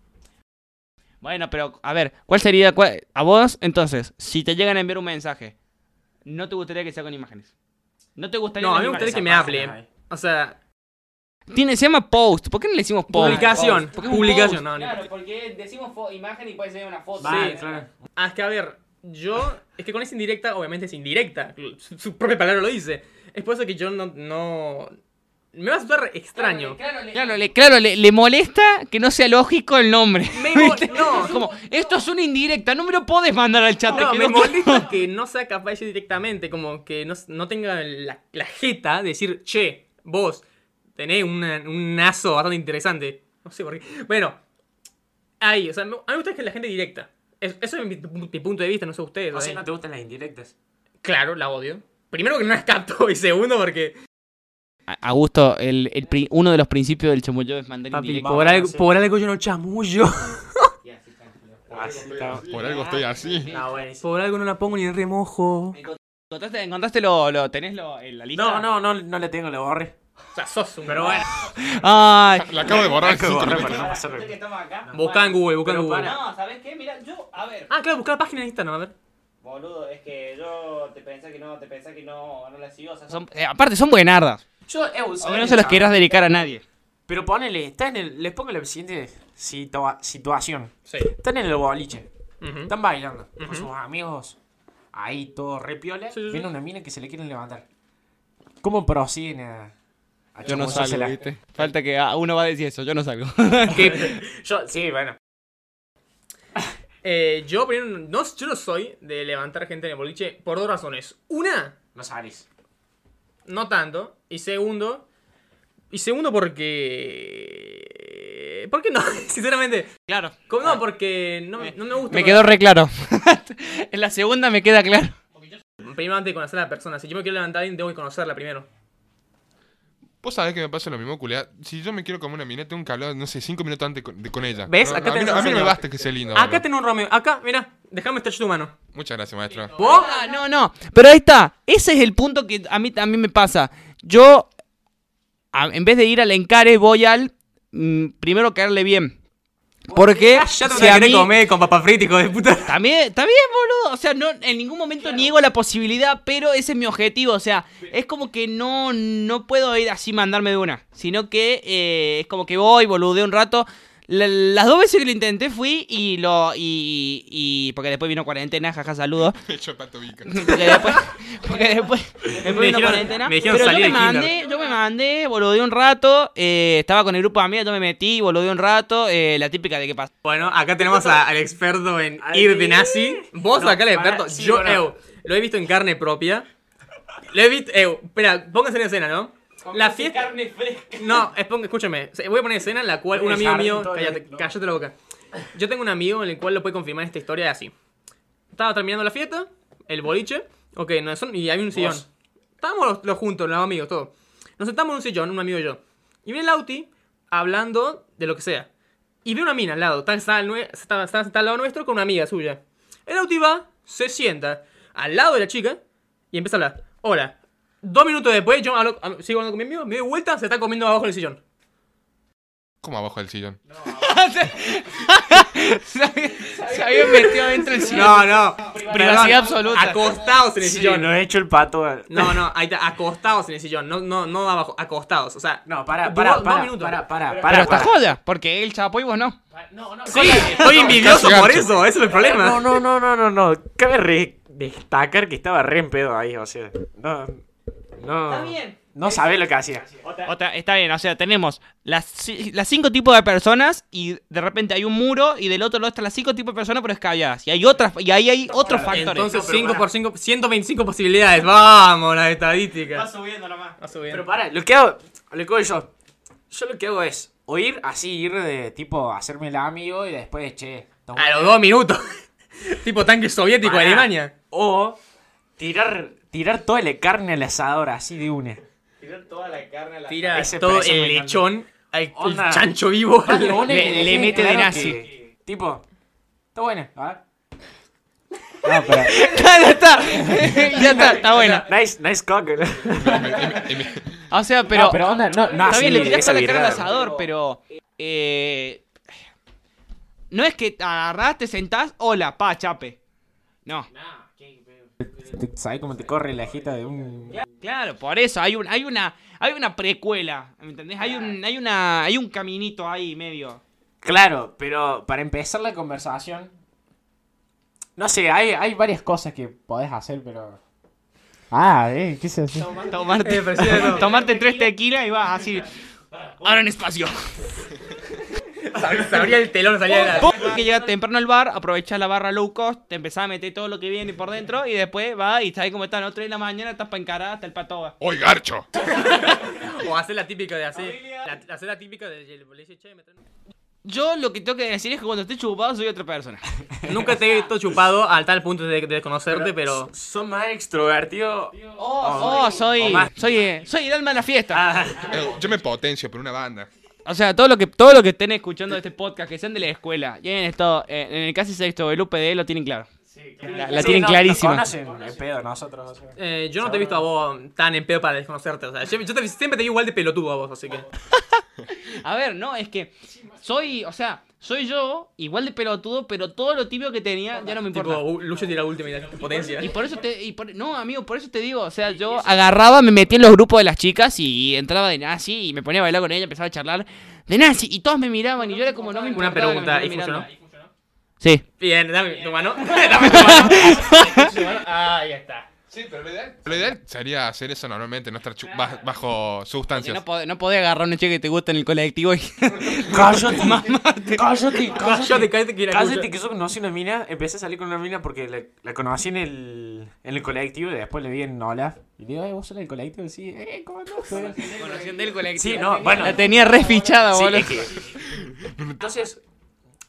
Bueno, pero a ver, ¿cuál sería? cuál- a vos, entonces, si te llegan a enviar un mensaje, no te gustaría que sea con imágenes. No te gustaría.
No, a
las
mí me
imágenes?
gustaría que me
Esa
hable.
página,
O sea,
Tiene, se llama post. ¿Por qué no le decimos post?
publicación.
Porque es un
Publicación,
post.
no, no.
Claro, porque decimos fo- imagen y puede ser una foto.
Vale,
Sí.
claro.
Ah, es que a ver, yo. Es que con esa indirecta, obviamente es indirecta. Su, su propia palabra lo dice. Es por eso que yo no. no... Me va a resultar extraño.
Claro, le-
Claro, le, claro le, le molesta que no sea lógico el nombre.
Me mo-
No, como, esto es una indirecta, no me lo podés mandar al chat.
No,
te
me
quedó claro.
molesta que no sea capaz de decir directamente, como que no, no tenga la, la jeta de decir, che, vos, tenés una- un nazo bastante interesante. No sé por qué. Bueno, ahí, o sea, me- a mí me gusta que la gente directa. Es- eso es mi, mi punto de vista, no sé ustedes.
O sea,
¿eh?
no te gustan las indirectas.
Claro, la odio. Primero porque no las capto y segundo porque...
A gusto, el, el pri- uno de los principios del chamuyo es mandar indirecto.
por algo- por
algo yo no chamullo.
Así Ah, está.
Por algo estoy así.
No, buenísimo.
Por algo no la pongo ni en remojo.
¿Encontraste, encontraste lo, lo- tenés lo, en la lista?
No, no, no, no le tengo, le borré.
O sea, sos un...
Pero bueno,
Ay,
La acabo de borrar. cinco
acabo de borrar,
minutos.
pero no pasa
Nosotros que
nada.
estamos acá.
Buscá en Google, buscá en
Pero
Google.
para.
No, ¿sabes qué? Mira, yo, a ver,
Ah, claro, buscá la página de Instagram, a ver.
boludo, es que yo te pensé que no, te pensé que no, no la sigo. O sea,
son- eh, aparte, son buenardas.
Yo, eh, ¿sabes
no
qué,
se los
chabón?
quieras dedicar a nadie.
Pero ponele, está en el, les pongo la siguiente situa- situación.
Sí.
Están en el boliche,
Ujú.
están bailando
Ujú.
con sus amigos, ahí todo re piola,
Sí, sí, sí.
viene una mina que se le quieren levantar. ¿Cómo proceden a, a
Yo no salgo,
chamusársela?
¿viste? Falta que ah, uno va a decir eso, yo no salgo.
Yo, sí, bueno.
Eh, yo, primero, no, yo no soy de levantar gente en el boliche por dos razones. Una,
No salís.
no tanto. Y segundo, y segundo porque... ¿Por qué no? Sinceramente.
claro.
como-
Ah.
No, porque no,
Eh.
no me gusta.
Me quedó re claro. en la segunda me queda claro.
Primero antes de conocer a la persona. Si yo me quiero levantar a alguien, tengo que conocerla primero.
Vos sabés que me pasa lo mismo, culiá. Si yo me quiero comer una mina, tengo que hablar, no sé, cinco minutos antes con, de- con ella.
¿Ves?
No,
Acá
a mí,
tenés
no-
un
a mí no me
señor.
basta que sea lindo.
Acá
boludo.
tenés un Romeo. Acá, mira, déjame estrechar tu mano.
Muchas gracias, maestro.
¿Vos?
Ah, no, no. Pero ahí está. Ese es el punto que a mí también me pasa. Yo, a- en vez de ir al encare, voy al mm, primero caerle bien. Porque
Ah, Ya te
si a mí-
comer con papá frita, hijo de puta.
También, está bien, boludo. O sea, no, en ningún momento niego la posibilidad, pero ese es mi objetivo. O sea, es como que no, no puedo ir así mandarme de una. Sino que eh, es como que voy, boludeo un rato. La- las dos veces que lo intenté fui y lo. y. y- porque después vino cuarentena, jaja, saludos.
Hecho pato bica.
Porque después. Porque después. después vino
dijeron-
cuarentena.
me dijeron
pero yo
salir
me
de kinder.
mandé, yo me mandé, boludeé un rato. eh, estaba con el grupo de amigas, yo me metí, boludeé un rato. eh, la típica de que pasa.
Bueno, acá tenemos a- al experto en
Ay.
ir de nazi. Vos
No,
acá el
para,
experto.
sí,
yo,
para.
Ew, lo he visto en carne propia. Lo he visto, Ew, espera, pónganse en escena, ¿no? La fiesta...
Carne fresca.
No, es- ponga- escúchame, se- voy a poner escena en la cual un
Voy a
amigo
dejar
mío...
todo el-
Cállate, cállate la boca. Yo tengo un amigo en el cual lo puede confirmar esta historia así. Estaba terminando la fiesta, el boliche, ok, no, son- y había un sillón. Estábamos los, los juntos, los amigos, todos. Nos sentamos en un sillón, un amigo y yo. Y viene Lauti hablando de lo que sea. Y ve una mina al lado, está, está al nue- está- está sentada al lado nuestro con una amiga suya. El Lauti va, se sienta al lado de la chica y empieza a hablar. Hola. Dos minutos después, yo hablo- hablo- sigo hablando con mi amigo, me doy vuelta, se está comiendo abajo en el sillón.
¿Cómo abajo del sillón?
Se había metido dentro del
No, no.
Privacidad absoluta.
Acostados en el
Sí,
sillón.
no he hecho el pato.
No, no, ahí está, acostados en el sillón, no, no, no abajo, acostados, o sea,
No, para,
Duró
para,
dos
para,
minutos.
para, para,
Pero
para,
está
para.
joya, porque él chapó y vos no.
No, no,
Sí, estoy envidioso
Casi
por
gancho.
eso, ese es el problema.
No, no, no, no, no, no. Cabe re- destacar que estaba re en pedo ahí, o sea. No. No.
Está bien.
No sabe lo que hacía.
Otra,
Otra, está bien, o sea, tenemos las, ci- las cinco tipos de personas y de repente hay un muro y del otro lado están las cinco tipos de personas pero escabiadas. Y hay otras, y ahí hay otros factores.
Entonces
No, pero
5
pará.
por 5, 125 posibilidades, vamos, las
va
estadísticas.
subiendo nomás.
Va subiendo.
Pero para, lo que hago, lo que hago yo, yo lo que hago es o ir así, ir de tipo hacerme el amigo y después, che, toma.
A los dos minutos. tipo tanque soviético de
Pará.
Alemania.
O tirar, tirar toda la carne al asador así de una.
Tirar toda la carne a la
Tira
Ese
todo
precio me
el
encanta.
lechón, al el
Onda. Ah,
chancho vivo.
Dale, una
Ah, le-
que
le
deje
mete de
claro
nazi.
que- tipo, está buena, a ver. No, pero.
ya está, ya está, está bueno.
Nice, nice cock. ¿no?
O sea, pero,
No, pero onda, no, no,
está bien,
sí,
le tiraste
esa
la cara al
virada.
asador, pero eh, no es que te agarrás, te sentás, hola, pa, chape. No.
Te- ¿Sabes cómo te corre la jeta de un.
Claro, por eso hay un, hay una, hay una precuela, ¿me entendés? Hay un, hay una, hay un caminito ahí medio.
Claro, pero para empezar la conversación. No sé, hay, hay varias cosas que podés hacer, pero. Ah, eh, ¿qué se hace?
Tomarte,
Eh, pero sí, no.
tomarte tres tequilas y vas así. Ahora en espacio.
Sabría, sabría el telón, salía de la...
Vos que llegas temprano al bar, aprovechás la barra low cost, te empezás a meter todo lo que viene por dentro y después vas y estás ahí como están a las 3 de la mañana, estás pa' encarada hasta el patoba.
¡Oy, garcho!
O hacer la típica de hacer... la- hacer la típica de... le dice, "Che, me traen-".
Yo lo que tengo que decir es que cuando estoy chupado soy otra persona.
Nunca te he visto chupado al tal punto de, de conocerte, pero...
Son más extrovertidos.
Oh, soy,
más.
soy, eh, soy el alma de la fiesta.
Ah,
Eh, yo me potencio por una banda.
O sea, todo lo que todo lo que estén escuchando de este podcast, que sean de la escuela, y hayan estado eh, en el casi sexto el UPD, lo tienen claro. La, la
sí,
tienen
no,
clarísima.
Nos conocen el pedo nosotros. o sea.
eh, yo no te he visto a vos tan en pedo para desconocerte, o sea, yo, yo te- siempre te vi igual de pelotudo a vos, así que...
A ver, no, es que soy, o sea, soy yo, igual de pelotudo, pero todo lo tibio que tenía ya no me importa.
Tipo, u- Lucho tira última y da potencia.
Y por eso te. Y por- no, amigo, por eso te digo. O sea, yo agarraba, me metía en los grupos de las chicas y entraba de nazi y me ponía a bailar con ella, empezaba a charlar de nazi y todos me miraban y yo era como no me
Una
importaba que me
pregunta,
estén
¿y
mirando.
funcionó?
Sí.
Bien, dame tu mano. dame tu mano.
Ahí está.
Sí, pero lo ideal. Lo ideal sería hacer eso normalmente, no estar chu- baj- bajo
Porque
sustancias.
no, pod- no podés agarrar a una chica que te gusta en el colectivo y.
Cállate, cállate,
Yo te cállate que era
Cállate que yo conocí una mina, empecé a salir con una mina porque la, la conocí en el, en el colectivo y después le vi en Hola. Y le digo, eh, vos sos el colectivo, sí, eh, ¿cómo no?
Conocían del colectivo.
Sí, no, bueno.
La tenía refichada,
Sí,
boludo.
es que- Entonces,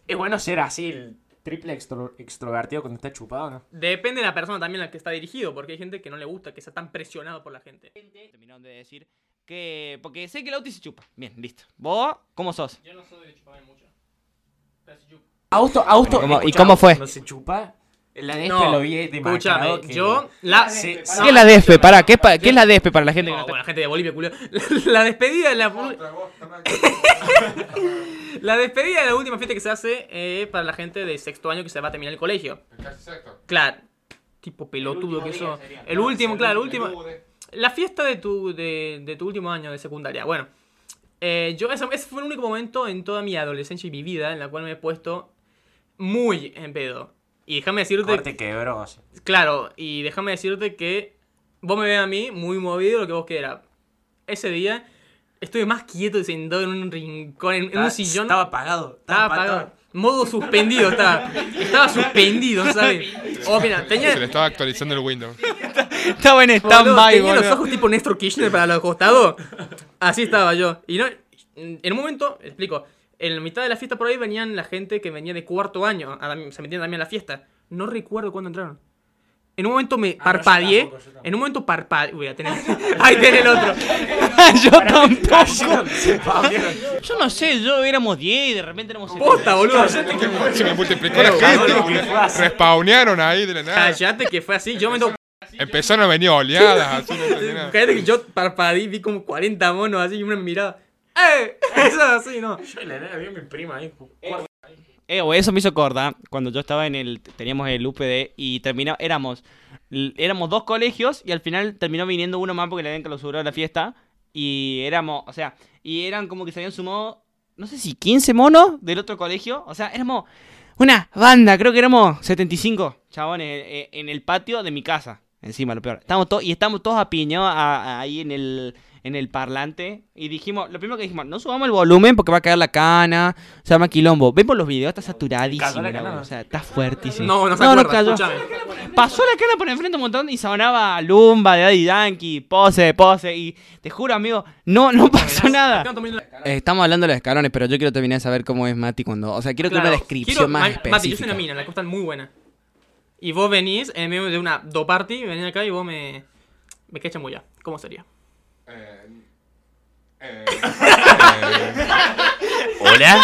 es bueno ser así, el triple extro- extrovertido cuando está chupado, ¿no?
Depende de la persona también a la que está dirigido, porque hay gente que no le gusta que sea tan presionado por la gente.
Terminaron de decir que. Porque sé que el auto se chupa. Bien, listo. ¿Vos cómo sos?
Yo no soy de chuparme mucho. Pero si chupo.
Auto, auto.
¿Y cómo- y
escuchá,
cómo fue?
Cuando se chupa, la de este lo vi de
escúchame, yo la se-
Sí,
¿Qué es la DESPE? Pará, ¿qué, es pa- qué es la DESPE para la gente
No,
que no está-
bueno, gente de Bolivia, culo. La despedida de la la despedida de la última fiesta que se hace eh, para la gente de sexto año que se va a terminar el colegio. Claro. Tipo pelotudo que eso. El último, claro, el último. La fiesta de tu, de, de tu último año de secundaria. Bueno, eh, yo ese, ese fue el único momento en toda mi adolescencia y mi vida en la cual me he puesto muy en pedo. Y déjame decirte,
Corte quebró. o sea.
claro, y déjame decirte que vos me ves a mí muy movido, lo que vos quieras. Ese día estuve más quieto y sentado en un rincón, en, en un sillón.
Estaba apagado.
Estaba apagado. Modo suspendido estaba. Estaba suspendido, ¿sabes? Oh, mira, tenía,
Se le estaba actualizando el Windows.
Estaba en
Boludo,
stand-by,
tenía los
boludo.
ojos tipo Néstor Kirchner para los costados. Así estaba yo. Y no, en un momento, explico, en la mitad de la fiesta por ahí venían la gente que venía de cuarto año, a la- se metían también a la fiesta. No recuerdo cuándo entraron. En un momento me parpadeé.
Ah, tampoco, yo tampoco.
en un momento parpadeé. Voy a tener. Ahí tenés el otro.
Yo tampoco.
Se pavieron.
Yo no sé, yo éramos 10 y de repente éramos 70.
Posta, boludo.
Se me multiplicó la
Cagó,
gente.
fue así.
Respawnearon ahí de la nada.
Callate que fue así. Yo me
Empezaron a venir oleadas. Así, no entendí nada.
Cállate que yo parpadeé y vi como 40 monos así y una mirada. ¡Eh! Eso así, no.
Yo en la nena vi a mi prima ahí.
Eh, o eso me hizo acordar cuando yo estaba en el. Teníamos el UPD y terminamos. Éramos. l- Éramos dos colegios y al final terminó viniendo uno más porque le habían clausurado la fiesta. Y éramos. O sea, y eran como que se habían sumado. No sé si 15 monos del otro colegio. O sea, éramos una banda. Creo que éramos 75 chabones eh, en el patio de mi casa. Encima, lo peor. Estábamos todos y estamos todos apiñados a- a- ahí en el, en el parlante. Y dijimos, lo primero que dijimos, no subamos el volumen porque va a caer la cana, se llama quilombo. Vemos los videos, está
Cayó
saturadísimo.
la
la
cana,
voz,
¿no?
o sea, está fuertísimo.
No, no se acuerda, escúchame.
Pasó la cana por enfrente un montón y sonaba Lumba de Daddy Yankee, pose, pose. Y te juro, amigo, no, no pasó nada.
Están tomando-
Eh, Estamos hablando de los escalones, pero yo quiero terminar de saber cómo es Mati cuando. O sea, quiero
Claro, quiero- Ma- Mati, yo soy una mina, la costa es muy buena. Y vos venís en medio de una do party, venís acá y vos me. Me quechan muy ya. ¿Cómo sería?
Eh, eh,
¿Hola?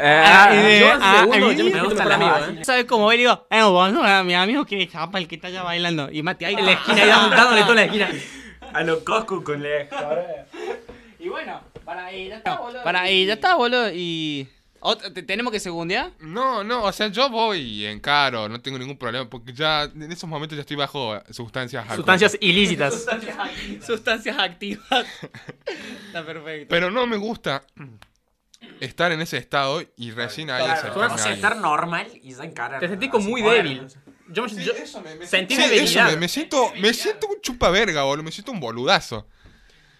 Ah, eh,
yo hace
ah,
segundo,
a mí
yo me
me
fui
gusta
con
la
un amigo,
vagina.
¿eh?
¿Sabes cómo ve? Y digo, eh, vos, no, mi amigo que chapa, el que está allá bailando. Y Mati, ahí
En la esquina, ahí dando- dándole todo en la esquina.
A lo Coscu con la.
Y bueno, para ahí, ya está, boludo.
Para, y ya está, boludo. Y. Ot- te- ¿Tenemos que segundear?
no, no, o sea, yo voy en caro, no tengo ningún problema, porque ya en esos momentos ya estoy bajo sustancias alcohólicas.
Sustancias ilícitas.
Sustancias activas. está perfecto.
Pero no me gusta estar en ese estado y recién ahí acercarme
O
a
sea,
alguien.
estar normal y se encarar.
Te sentís como muy débil. Yo me yo- sentí
Sí, eso,
debilidad.
me, me siento, me siento un chupaverga, boludo, me siento un boludazo.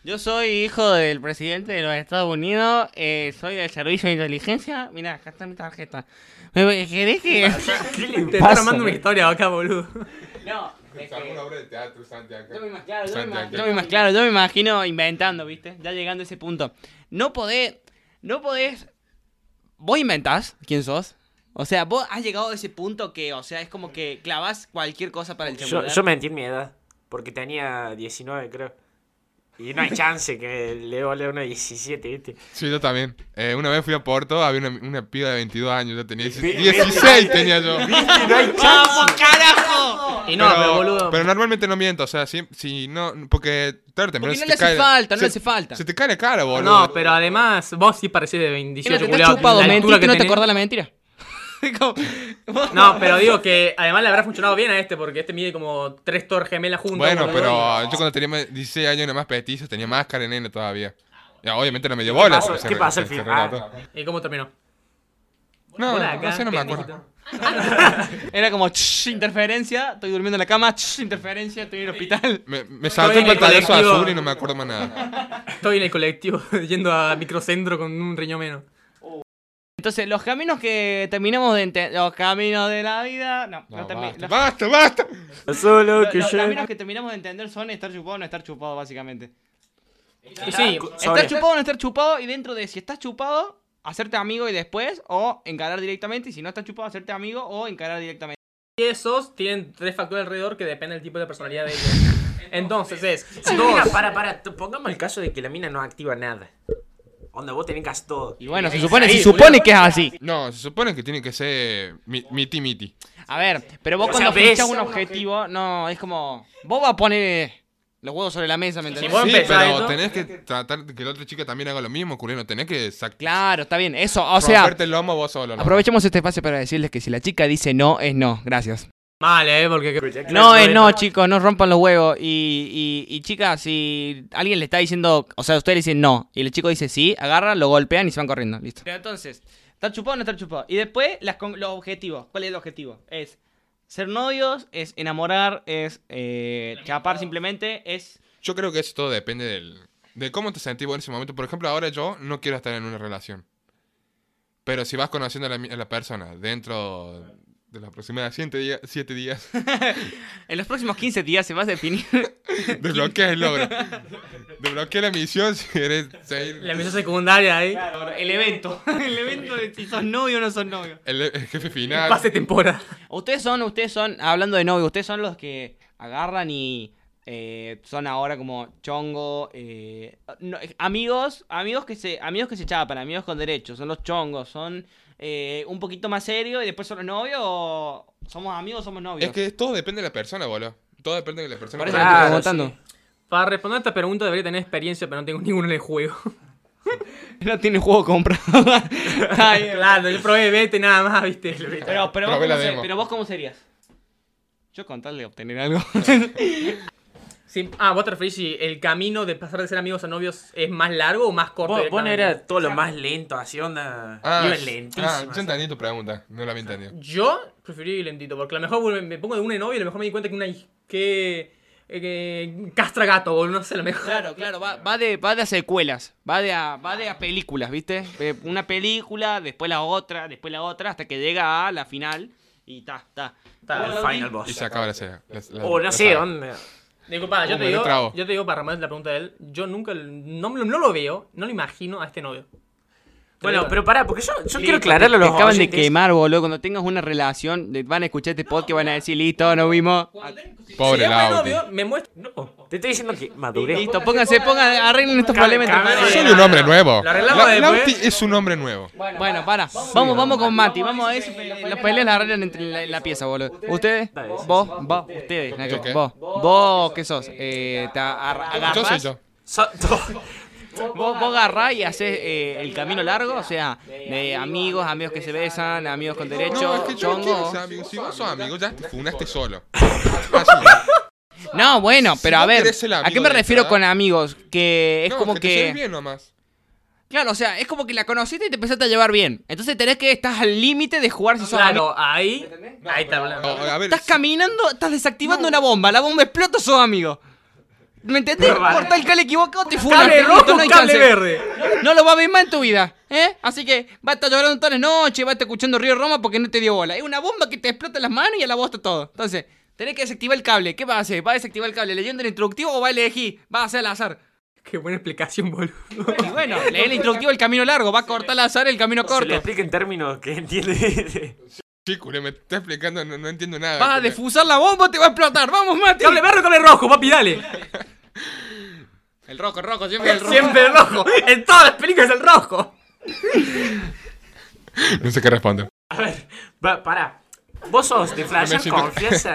Yo soy hijo del presidente de los Estados Unidos, eh, soy del servicio de inteligencia. Mira, acá está mi tarjeta. ¿Me- me- ¿Querés que.?
Te está
Pásame.
armando una historia acá, boludo.
no, es
Sacó
que-
una obra de teatro, Santiago.
Yo me, ima- claro, yo me ima-
Santiago.
yo me ima- claro, yo me imagino inventando, ¿viste? Ya llegando a ese punto. No podés. No podés. Vos inventás quién sos. O sea, vos has llegado a ese punto que, o sea, es como que clavas cualquier cosa para el
Yo,
celular.
yo mentí en mi edad, porque tenía 19, creo. Y no hay chance que le valga una 17, ¿viste?
Sí, yo también. Eh, una vez fui a Porto, había una, una piba de 22 años, yo tenía
Vi-
16 tenía yo.
¡Vamos, carajo!
Y no, pero, boludo.
pero normalmente no miento, o sea, si, si no, porque tarde o temprano
Porque
se
no
te
le
cae-
hace falta, no
se-
le hace falta.
Se te cae la cara, boludo.
no, pero además, vos sí parecés de 28,
Mira, te
culiao,
estás chupado,
la altura
mentí
que
que no te
tenés.
acordás la mentira. Como-
No, pero digo que además le habrá funcionado bien a este, porque este mide como tres torres gemelas juntas.
Bueno,
boludo.
pero yo cuando tenía 16 años era más petizo, tenía máscara en nene todavía. Ya, obviamente no me dio bolas.
pasó?
o sea,
¿Qué
se-
pasó
se-
al
se
final?
relató.
¿Y cómo terminó?
No,
Hola,
no,
acá,
sé, no me
pendejito.
acuerdo.
Era como, "Shh, interferencia, estoy durmiendo en la cama, shh, interferencia, estoy en el hospital.
Me, me saltó
Estoy
el
en el
pantallazo
colectivo.
azul y no me acuerdo más nada.
Estoy en el colectivo yendo a microcentro con un riñón menos.
Entonces, los caminos que terminamos de entender, los caminos de la vida, no,
No,
no termi-
basta,
los-
basta, basta.
Solo
los- los caminos que terminamos de entender son estar chupado o no estar chupado, básicamente.
Y sí,
Sobre.
Estar chupado o no estar chupado, y dentro de si estás chupado, hacerte amigo y después, o encarar directamente, y si no estás chupado, hacerte amigo o encarar directamente.
y esos tienen tres factores alrededor que depende del tipo de personalidad de ellos. Entonces es dos.
para, para, t- pongamos el caso de que la mina no activa nada. Onda, vos tenés casi todo.
Y bueno, se supone, se supone que es así.
No, se supone que tiene que ser mi- miti miti.
A ver, pero vos
O sea,
cuando
ves
fichas un
a un
objetivo, no, es como. Vos vas a poner eh, los huevos sobre la mesa, ¿me entendés?
vos
Sí,
empezás
pero
esto-
tenés que tratar de que la otra chica también haga lo mismo, culero. Tenés que sac-
Claro, está bien. Eso, o sea,
romperte el lomo vos solo. ¿no?
aprovechemos este espacio para decirles que si la chica dice no, es no. Gracias.
Vale, eh, porque
No es no, chicos, no rompan los huevos. Y, y, y chicas, si alguien le está diciendo, o sea, ustedes le dicen no, y el chico dice sí, agarra, lo golpean y se van corriendo. Listo. Pero entonces, ¿estar chupado o no estar chupado? Y después, las con- los objetivos. ¿Cuál es el objetivo? Es ser novios, es enamorar, es eh, chapar simplemente, es.
Yo creo que eso todo depende del, de cómo te sentís vos en ese momento. Por ejemplo, ahora yo no quiero estar en una relación. Pero si vas conociendo a la, mi- a la persona dentro de los aproximadamente 7 días, siete días
En los próximos 15 días se va a definir.
desbloqueas el logro. Desbloquea la misión si querés seguir.
la misión secundaria ahí,
el evento. El evento de si sos novio o no sos novio.
El, el jefe final.
pase temporada.
Ustedes son, ustedes son, hablando de novio, ustedes son los que agarran y eh, son ahora como chongo, eh, no, eh, amigos, amigos que se, amigos que se chapan, amigos con derechos, son los chongos, son eh, un poquito más serios y después son los novios o somos amigos, somos novios.
Es que todo depende de la persona, boludo. Todo depende de la persona.
Por
con
eso
la
Claro,
estoy
que-
preguntando.
Para responder a esta pregunta debería tener experiencia, pero no tengo ninguna en el juego.
No tiene juego comprado. Está bien.
claro, yo probé vete nada más, viste.
Pero, pero, vos
Probé la
cómo se-
demo.
pero vos cómo serías. Yo con tal de obtener algo.
Sí, ah, vos te referís si el camino de pasar de ser amigos a novios es más largo o más corto.
Vos, vos no
directamente?
eras todo lo más lento, así onda.
Ah,
Ibas
ah,
lentísimo.
yo entendí tu pregunta. No la había entendido.
Yo preferí ir lentito, porque a lo mejor me- me pongo de una de novio y a lo mejor me di cuenta que una hij- que, eh, que castra gato, o no sé, a lo mejor.
Claro, claro, va, va de, va de a secuelas, va de a, va de a películas, ¿viste? Eh, Una película, después la otra, después la otra, hasta que llega a la final y ta, ta.
Ta,
El final boss.
Y se acaba la serie. la- la-
Oh,
O
la
no sé,
saga.
onda.
Disculpa, yo
Oh,
te
me lo
digo,
trago.
yo te digo para responder la pregunta de él, yo nunca, no, me lo- no lo veo, no lo imagino a este novio. Te
Bueno,
digo.
pero pará, porque yo, yo quiero
Listo,
aclararle a
te- te
los
acaban de
oyentes.
quemar, boludo. Cuando tengas una relación, de- van a escuchar este podcast y van a decir, listo, nos vimos.
Pobre
si yo me
Lauti.
novio, me muestra...
No, te estoy diciendo que madurez.
Listo, pónganse, pónganse, arreglen estos
Cabe-
problemas.
cabe-
entre
Soy
ustedes.
un hombre nuevo.
Lo arreglamos
La-
después.
Lauti es un hombre nuevo.
Bueno, para. Vamos, vamos, con Mati. Vamos a ver si las peleas las arreglan entre la, la pieza, boludo. ¿Ustedes?
Dale, sí,
¿Vos? ¿Vos? ¿Ustedes?
¿Yo qué?
¿Vos? ¿Vos qué sos? Eh, ¿Te ar-
Yo soy
agarrás?
yo.
So-
Vos, vos agarrás y haces eh, el camino largo, o sea, de amigos, amigos que se besan, amigos con derecho,
No, es que yo no quiero
chongo.
ser amigo. Si vos sos amigo, ya te funaste solo. Así.
No, bueno,
Si
pero
vos
a ver,
querés ser
¿a qué
amigo
me
de
refiero
entrada?
con amigos? Que es
No,
como
que te lleves
que...
bien nomás.
Claro, o sea, es como que la conociste y te empezaste a llevar bien. Entonces tenés que... Estás al límite de jugar si sos amigo.
Claro, ahí, ahí está hablando.
No, a ver,
Ah, Estás
si-
caminando, estás desactivando una bomba, la bomba explota, sos amigo. ¿Me entendés?
Vale.
Por tal cable equivocado te fue
Cable rojo, cable verde.
No lo vas a ver más en tu vida, ¿eh? Así que va a estar llorando toda la noche, va a estar escuchando Río Roma porque no te dio bola. Es una bomba que te explota en las manos y a la bosta todo. Entonces, tenés que desactivar el cable. ¿Qué vas a hacer? ¿Vas a desactivar el cable leyendo el instructivo o vas a elegir? ¿Vas a hacer al azar?
Qué buena explicación, boludo.
Y bueno, leer el instructivo el camino largo, va a cortar al azar el camino
Se lo
corto.
explica en términos que entiende.
Sí, culé, me está explicando, no, no entiendo nada.
Vas a
culé.
defusar la bomba o te va a explotar. ¡Vamos, Mati!
Cable verde, cable rojo, papi, dale.
El rojo, el rojo, siempre el rojo.
Siempre el rojo. En todas las películas el rojo.
No sé qué responder.
A ver, va, pará. ¿Vos sos de flasher
siento-
confianza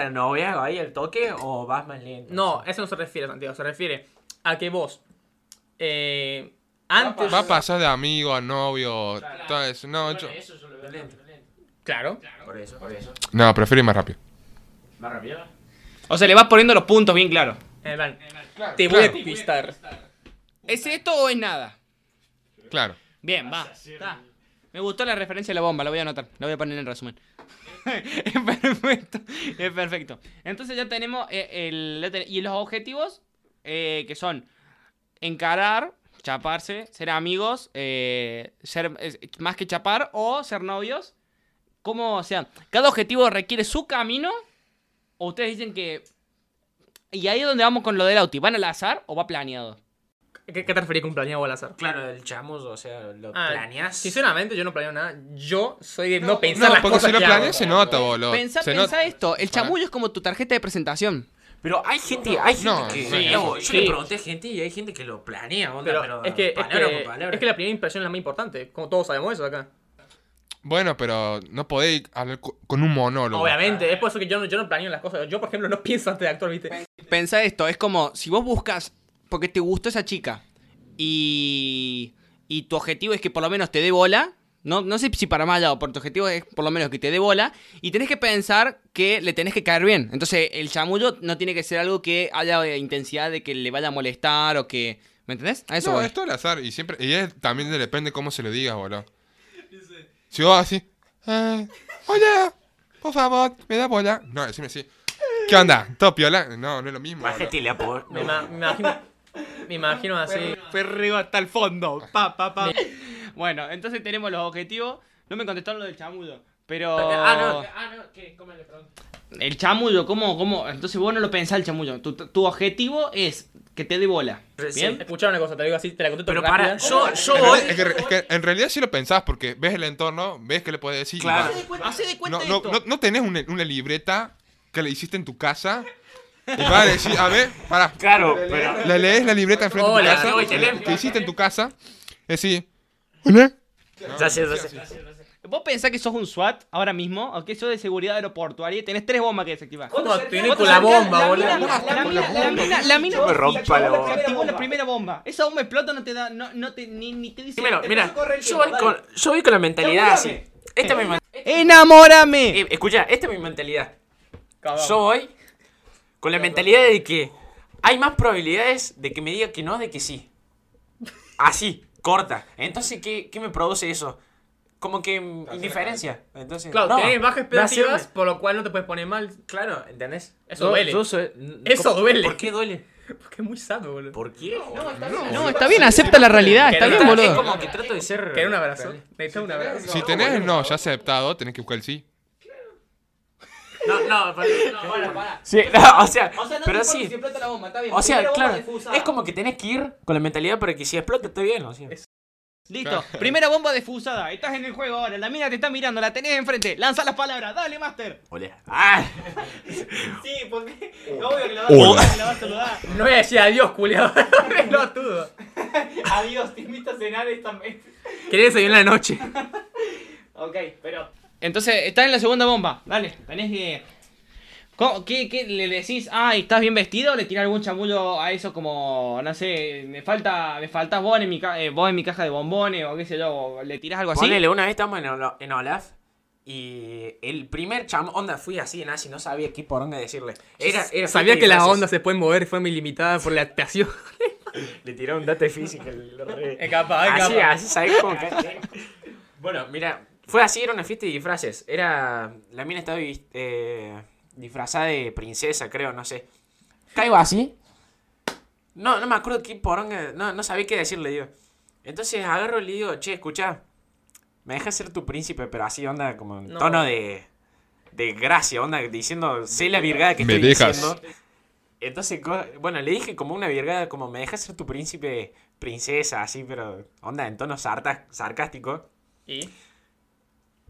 en el noviazgo ahí al toque o vas más lento?
No, eso no se refiere, Santiago. Se refiere a que vos. eh, antes.
Va a pasar de amigo a novio, todo eso. No, yo-
Eso yo lo veo lento, lento.
Claro.
Por eso, por eso.
no, prefiero ir más rápido.
¿Más rápido?
O sea, le vas poniendo los puntos bien claro.
En el plan, Eh, te voy a conquistar.
¿Es esto o es nada?
Claro.
Bien, va. está. Me gustó la referencia de la bomba, la voy a anotar, la voy a poner en resumen. es perfecto, es perfecto. Entonces ya tenemos eh, el, ya ten- y los objetivos eh, que son encarar, chaparse, ser amigos, eh, ser es- más que chapar o ser novios. ¿Cómo, o sea, cada objetivo requiere su camino? ¿O ustedes dicen que... Y ahí es donde vamos con lo del auti, ¿van al azar o va planeado?
¿Qué, qué te referís con planeado o al azar?
Claro, el chamus, o sea, lo
Ah,
planeas.
Sinceramente, yo no planeo nada. Yo soy de no, pensar
no,
las
porque
cosas
si lo
que hago.
planeas se nota, boludo.
Pensá,
Se
pensá
nota.
esto, el chamullo es como tu tarjeta de presentación.
Pero hay gente, hay gente
No,
que.
sí,
Yo- yo
sí.
le pregunté a gente y hay gente que lo planea, onda,
Pero,
pero, pues,
es, que, es,
palabra
que,
por palabra.
es que la primera impresión es la más importante. Como todos sabemos eso acá.
Bueno, pero no podéis hablar cu- con un monólogo.
Obviamente, es por eso que yo no, yo no planeo las cosas. Yo, por ejemplo, no pienso antes de actuar, ¿viste?
Pensá esto, es como si vos buscas, porque te gustó esa chica, y, y tu objetivo es que por lo menos te dé bola, no, no sé si para más allá o por tu objetivo es por lo menos que te dé bola, y tenés que pensar que le tenés que caer bien. Entonces el chamullo no tiene que ser algo que haya eh, intensidad de que le vaya a molestar o que... ¿Me entendés? A eso
no,
voy.
es todo al azar. Y siempre. Y es- también depende cómo se lo digas, boludo. Si vos así. eh, hola, por favor, me da bola. No, decime así. ¿Qué onda? ¿Todo piola? No, no es lo mismo. boludo.
Bájate y le apo-
Me, ima- me imagino, me imagino así.
Perreo hasta el fondo. Pa, pa, pa. bueno, entonces tenemos los objetivos. No me contestaron lo del chamullo, pero...
Ah, no,
Ah, no, ¿qué? ¿Cómo le pregunto?
El chamullo, ¿cómo, cómo? Entonces vos no lo pensás el chamullo. Tu, tu objetivo es que te dé bola.
Sí.
¿Bien?
Escuchá una cosa, te lo digo así, te la contesto
Pero para,
rápida.
yo, yo
En
voy.
realidad- es, que, es que en realidad sí lo pensás porque ves el entorno, ves que le puedes decir. y
Claro.
vas.
Hacé de cuenta
No, no,
esto.
no, no tenés una, una libreta que le hiciste en tu casa y vas a decir, a ver, pará.
Claro, pero.
Le lees la libreta enfrente de
Hola,
soy
tu casa.
Telem.
Que hiciste en tu casa. Decís, hola.
Ya sé, ya sé.
Vos pensás que sos un SWAT ahora mismo, o que sos de seguridad aeroportuaria y tenés tres bombas que desactivar.
¿Cómo actúen con la bomba, boludo?
La mina, la mina, la mina, la mina,
Yo me rompa la bomba.
activó la primera bomba. Esa bomba explota, no te da, no, no te, ni, ni te dice.
Primero,
te-
mira, yo voy, con, yo voy con la mentalidad así. Esta es mi man-
Eh.
¡Enamórame!
eh, Escucha, esta es mi mentalidad.
Cagamos.
Yo voy con la mentalidad de que hay más probabilidades de que me diga que no de que sí. Así, corta. Entonces, ¿qué, qué me produce eso? Como que mm, indiferencia. Entonces,
Claro,
no,
tenés bajas
me hace-
expectativas, por lo cual no te puedes poner mal.
Claro, ¿entendés?
Eso
Yo-
duele.
yo soy-
Eso
¿Cómo-
duele.
¿Por qué duele?
Porque es muy sano, boludo.
¿Por qué? eh,
No, está bien, acepta la realidad, está bien,
Es
boludo.
como que trato de ser.
¿Querés un abrazo? Necesitas un abrazo.
Si tenés el no ya aceptado, tenés que buscar el sí.
No, no,
No, bueno, pará.
Sí, no, o sea,
O sea, no
pero
importa si
sí.
explota la bomba, está bien.
O sea,
Primera bomba
claro,
defusa.
es como que tenés que ir con la mentalidad para que si explota esté bien, o sea.
Listo, primera bomba defusada. Estás en el juego ahora, la mina te está mirando, la tenés enfrente. Lanza las palabras, dale, Master.
Olé. ¡Ah!
Sí, porque. Obvio que la vas
Hola.
a saludar, la vas a saludar.
No voy a decir adiós, culiado. no dudo.
Adiós, te invito a cenar esta vez.
Querés desayunar en la noche.
Ok, pero.
Entonces, estás en la segunda bomba. Dale, tenés que. ¿Cómo- ¿Qué, qué le decís? Ay, ¿estás bien vestido? ¿O ¿Le tirás algún chamullo a eso como, no sé, me falta, me faltas vos en mi, ca- eh, vos en mi caja de bombones o qué sé yo? o ¿Le tirás
¿Ah,
algo así?
Ponele, una vez estamos en, Ola- en Olaf y el primer chamo, onda, fui así en así, no sabía qué por dónde decirle. Era, era
Sabía
fiesta
que
de
las
disfraces.
ondas se pueden mover, fue muy limitada por la actuación.
Le tiró un dato físico. lo re-
Es capaz, es
así,
capaz.
así, ¿sabes cómo que- Bueno, mira, fue así, era una fiesta de disfraces. Era. La mina estaba vis- eh, disfrazada de princesa, creo, no sé. Caigo así. No, no me acuerdo qué poronga. No, no sabía qué decirle, digo. Entonces agarro y le digo, che, escucha, me dejas ser tu príncipe, pero así onda como en
No.
tono de, de gracia, onda diciendo, sé la virgada que
Me
estoy
dejas.
diciendo. Entonces, co- bueno, le dije como una virgada, como, me dejas ser tu príncipe, princesa, así, pero onda en tono sarta- sarcástico.
Y.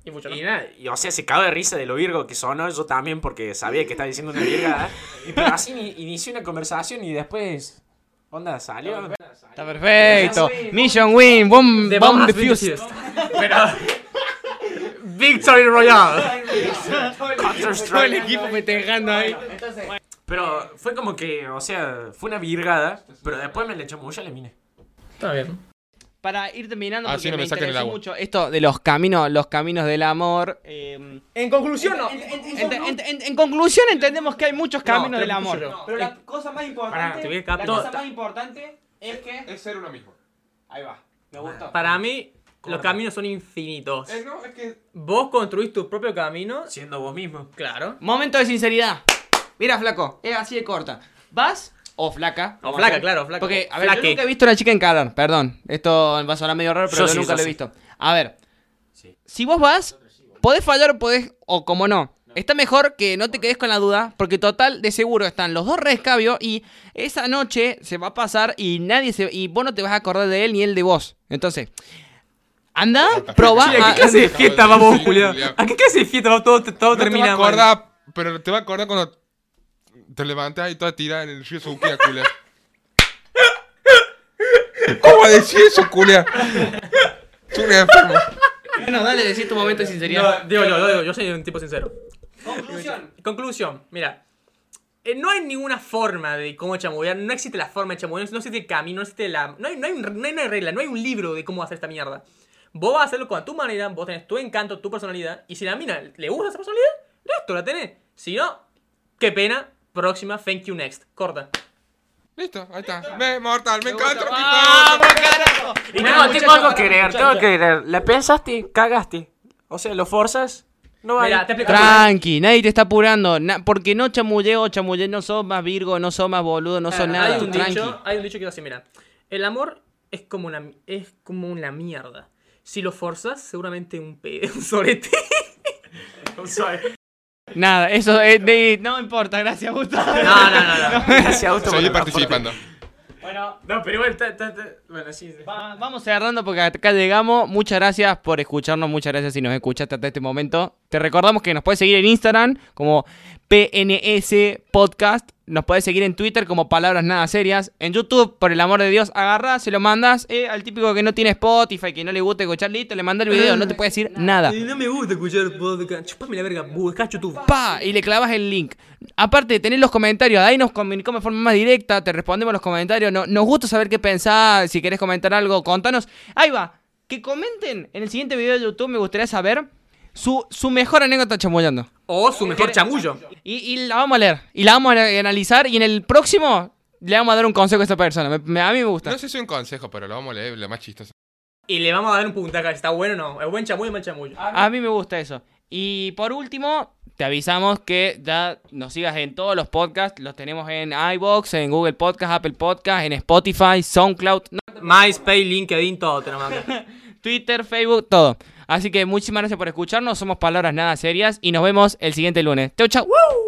Y funcionó.
Y nada, y, o sea, se cago de risa de lo virgo que sonó, yo también, porque sabía que estaba diciendo una virgada. Y, pero así ni- inicié una conversación y después, onda, salió.
Está perfecto. Mission win, bomb,
The
bomb
bomb has been
defused.
defused. Pero. Victory Royale.
Counter-Strike.
equipo festejando ahí.
Entonces,
Pero fue como que, o sea, fue una virgada, pero después me le echó mucho a la mina.
Está bien.
Para ir terminando,
Así
porque
Ah, no
me,
me sacan el
interesó
agua.
mucho esto de los caminos, los caminos del amor. eh,
En conclusión, no.
ente- ente- en, en conclusión, entendemos que hay muchos caminos
pero
del amor.
escucho yo.
pero la cosa más
Pará, te
importante,
voy a
la
captar.
cosa más importante es que
Es ser uno mismo.
ahí va. Me
Ah,
gustó.
Para mí, los
Corta.
caminos son infinitos.
Eh, no, es que.
Vos construís tu propio camino.
Siendo vos mismo.
Claro.
Momento de sinceridad. Mira, flaco, es así de corta. ¿Vas o flaca?
O
vamos
flaca,
a hacer.
claro, flaca.
Porque,
O
a ver, yo
flaque.
nunca he visto a una chica encarar, perdón. Esto va a sonar medio raro, pero
Yo
yo
sí,
nunca
yo
lo he
sí.
visto. A ver,
Sí.
si vos vas, podés fallar o podés, o como no. Está mejor que no te quedes con la duda, porque total, de seguro están los dos rescabio y esa noche se va a pasar y nadie se. Y vos no te vas a acordar de él ni él de vos. Entonces, anda, probá.
Che, ¿A
ah,
qué clase de
sí,
fiesta
sí,
vamos,
sí,
Julián?
Julián.
¿A qué clase de fiesta vamos? Todo, todo
No te va
termina
a
mal.
acordar, pero te va a acordar cuando te levantas y toda tira en el río Suquia, culia. ¿Cómo decís eso, culia? Es un enfermo.
Bueno, dale, decís tu momento de sinceridad.
No, digo yo, yo, digo, yo soy un tipo sincero.
Conclusión.
Conclusión, mira. eh, no hay ninguna forma de cómo chamudear, no existe la forma de chamudear, no existe el camino, no existe la... No hay, no, hay, un- no hay una regla, no hay un libro de cómo hacer esta mierda. Vos vas a hacerlo con tu manera, vos tenés tu encanto, tu personalidad, y si la mina le gusta esa personalidad, listo, la tenés. Si no, qué pena, próxima, thank you next, corta.
Listo, ahí está. Me, mortal, me encanta.
¡Vamos, carajo!
Y
Bueno,
no,
muchachos,
tengo algo
para-
que agregar,
muchachos.
tengo que agregar. La pensaste, cagaste. O sea, lo forzas, no hay.
Mira, te explico.
Tranqui, nadie te está apurando. na- porque no chamulleo, chamulleo, no sos más virgo, no sos más boludo, no sos nada.
hay, un
tranqui.
dicho, hay un dicho que dice, mira, el amor es como una, es como una mierda. Si lo forzas, seguramente un, pe un sorete.
Nada, eso eh, de- no importa, gracias, Gustavo.
No, no, no, no.
Gracias, Augusto.
Seguí
por el aporte.
participando.
Bueno,
No, pero igual, ta- ta- ta- bueno, sí. sí.
Va- Vamos cerrando porque hasta acá llegamos. Muchas gracias por escucharnos. Muchas gracias si nos escuchaste hasta este momento. Te recordamos que nos puedes seguir en Instagram como PNS Podcast. Nos puedes seguir en Twitter como Palabras Nada Serias. En YouTube, por el amor de Dios, agarrás, se lo mandas eh, al típico que no tiene Spotify, que no le gusta escuchar, listo, le manda el video, no te puede decir nada.
No me gusta escuchar podcast. Chupame la verga, buscá YouTube.
pa y le clavas el link. Aparte, tenés los comentarios, ahí nos comunicamos de forma más directa, te respondemos los comentarios, no, nos gusta saber qué pensás, si querés comentar algo, contanos. Ahí va, que comenten en el siguiente video de YouTube, me gustaría saber su, su mejor anécdota chamullando.
O su mejor chamullo.
Y, y la vamos a leer, y la vamos a analizar, y en el próximo le vamos a dar un consejo a esa persona, Me- me- a mí me gusta.
No sé si es un consejo, pero lo vamos a leer, lo más chistoso.
Y le vamos a dar un puntaje, si está bueno o no. Es buen chamullo o mal chamullo.
A mí me gusta eso. Y por último, te avisamos que ya nos sigas en todos los podcasts. Los tenemos en iBox, en Google Podcast, Apple Podcast, en Spotify, SoundCloud, no,
MySpace, LinkedIn, todo te lo mando.
Twitter, Facebook, todo. Así que muchísimas gracias por escucharnos. Somos palabras nada serias y nos vemos el siguiente lunes. Chau, chau.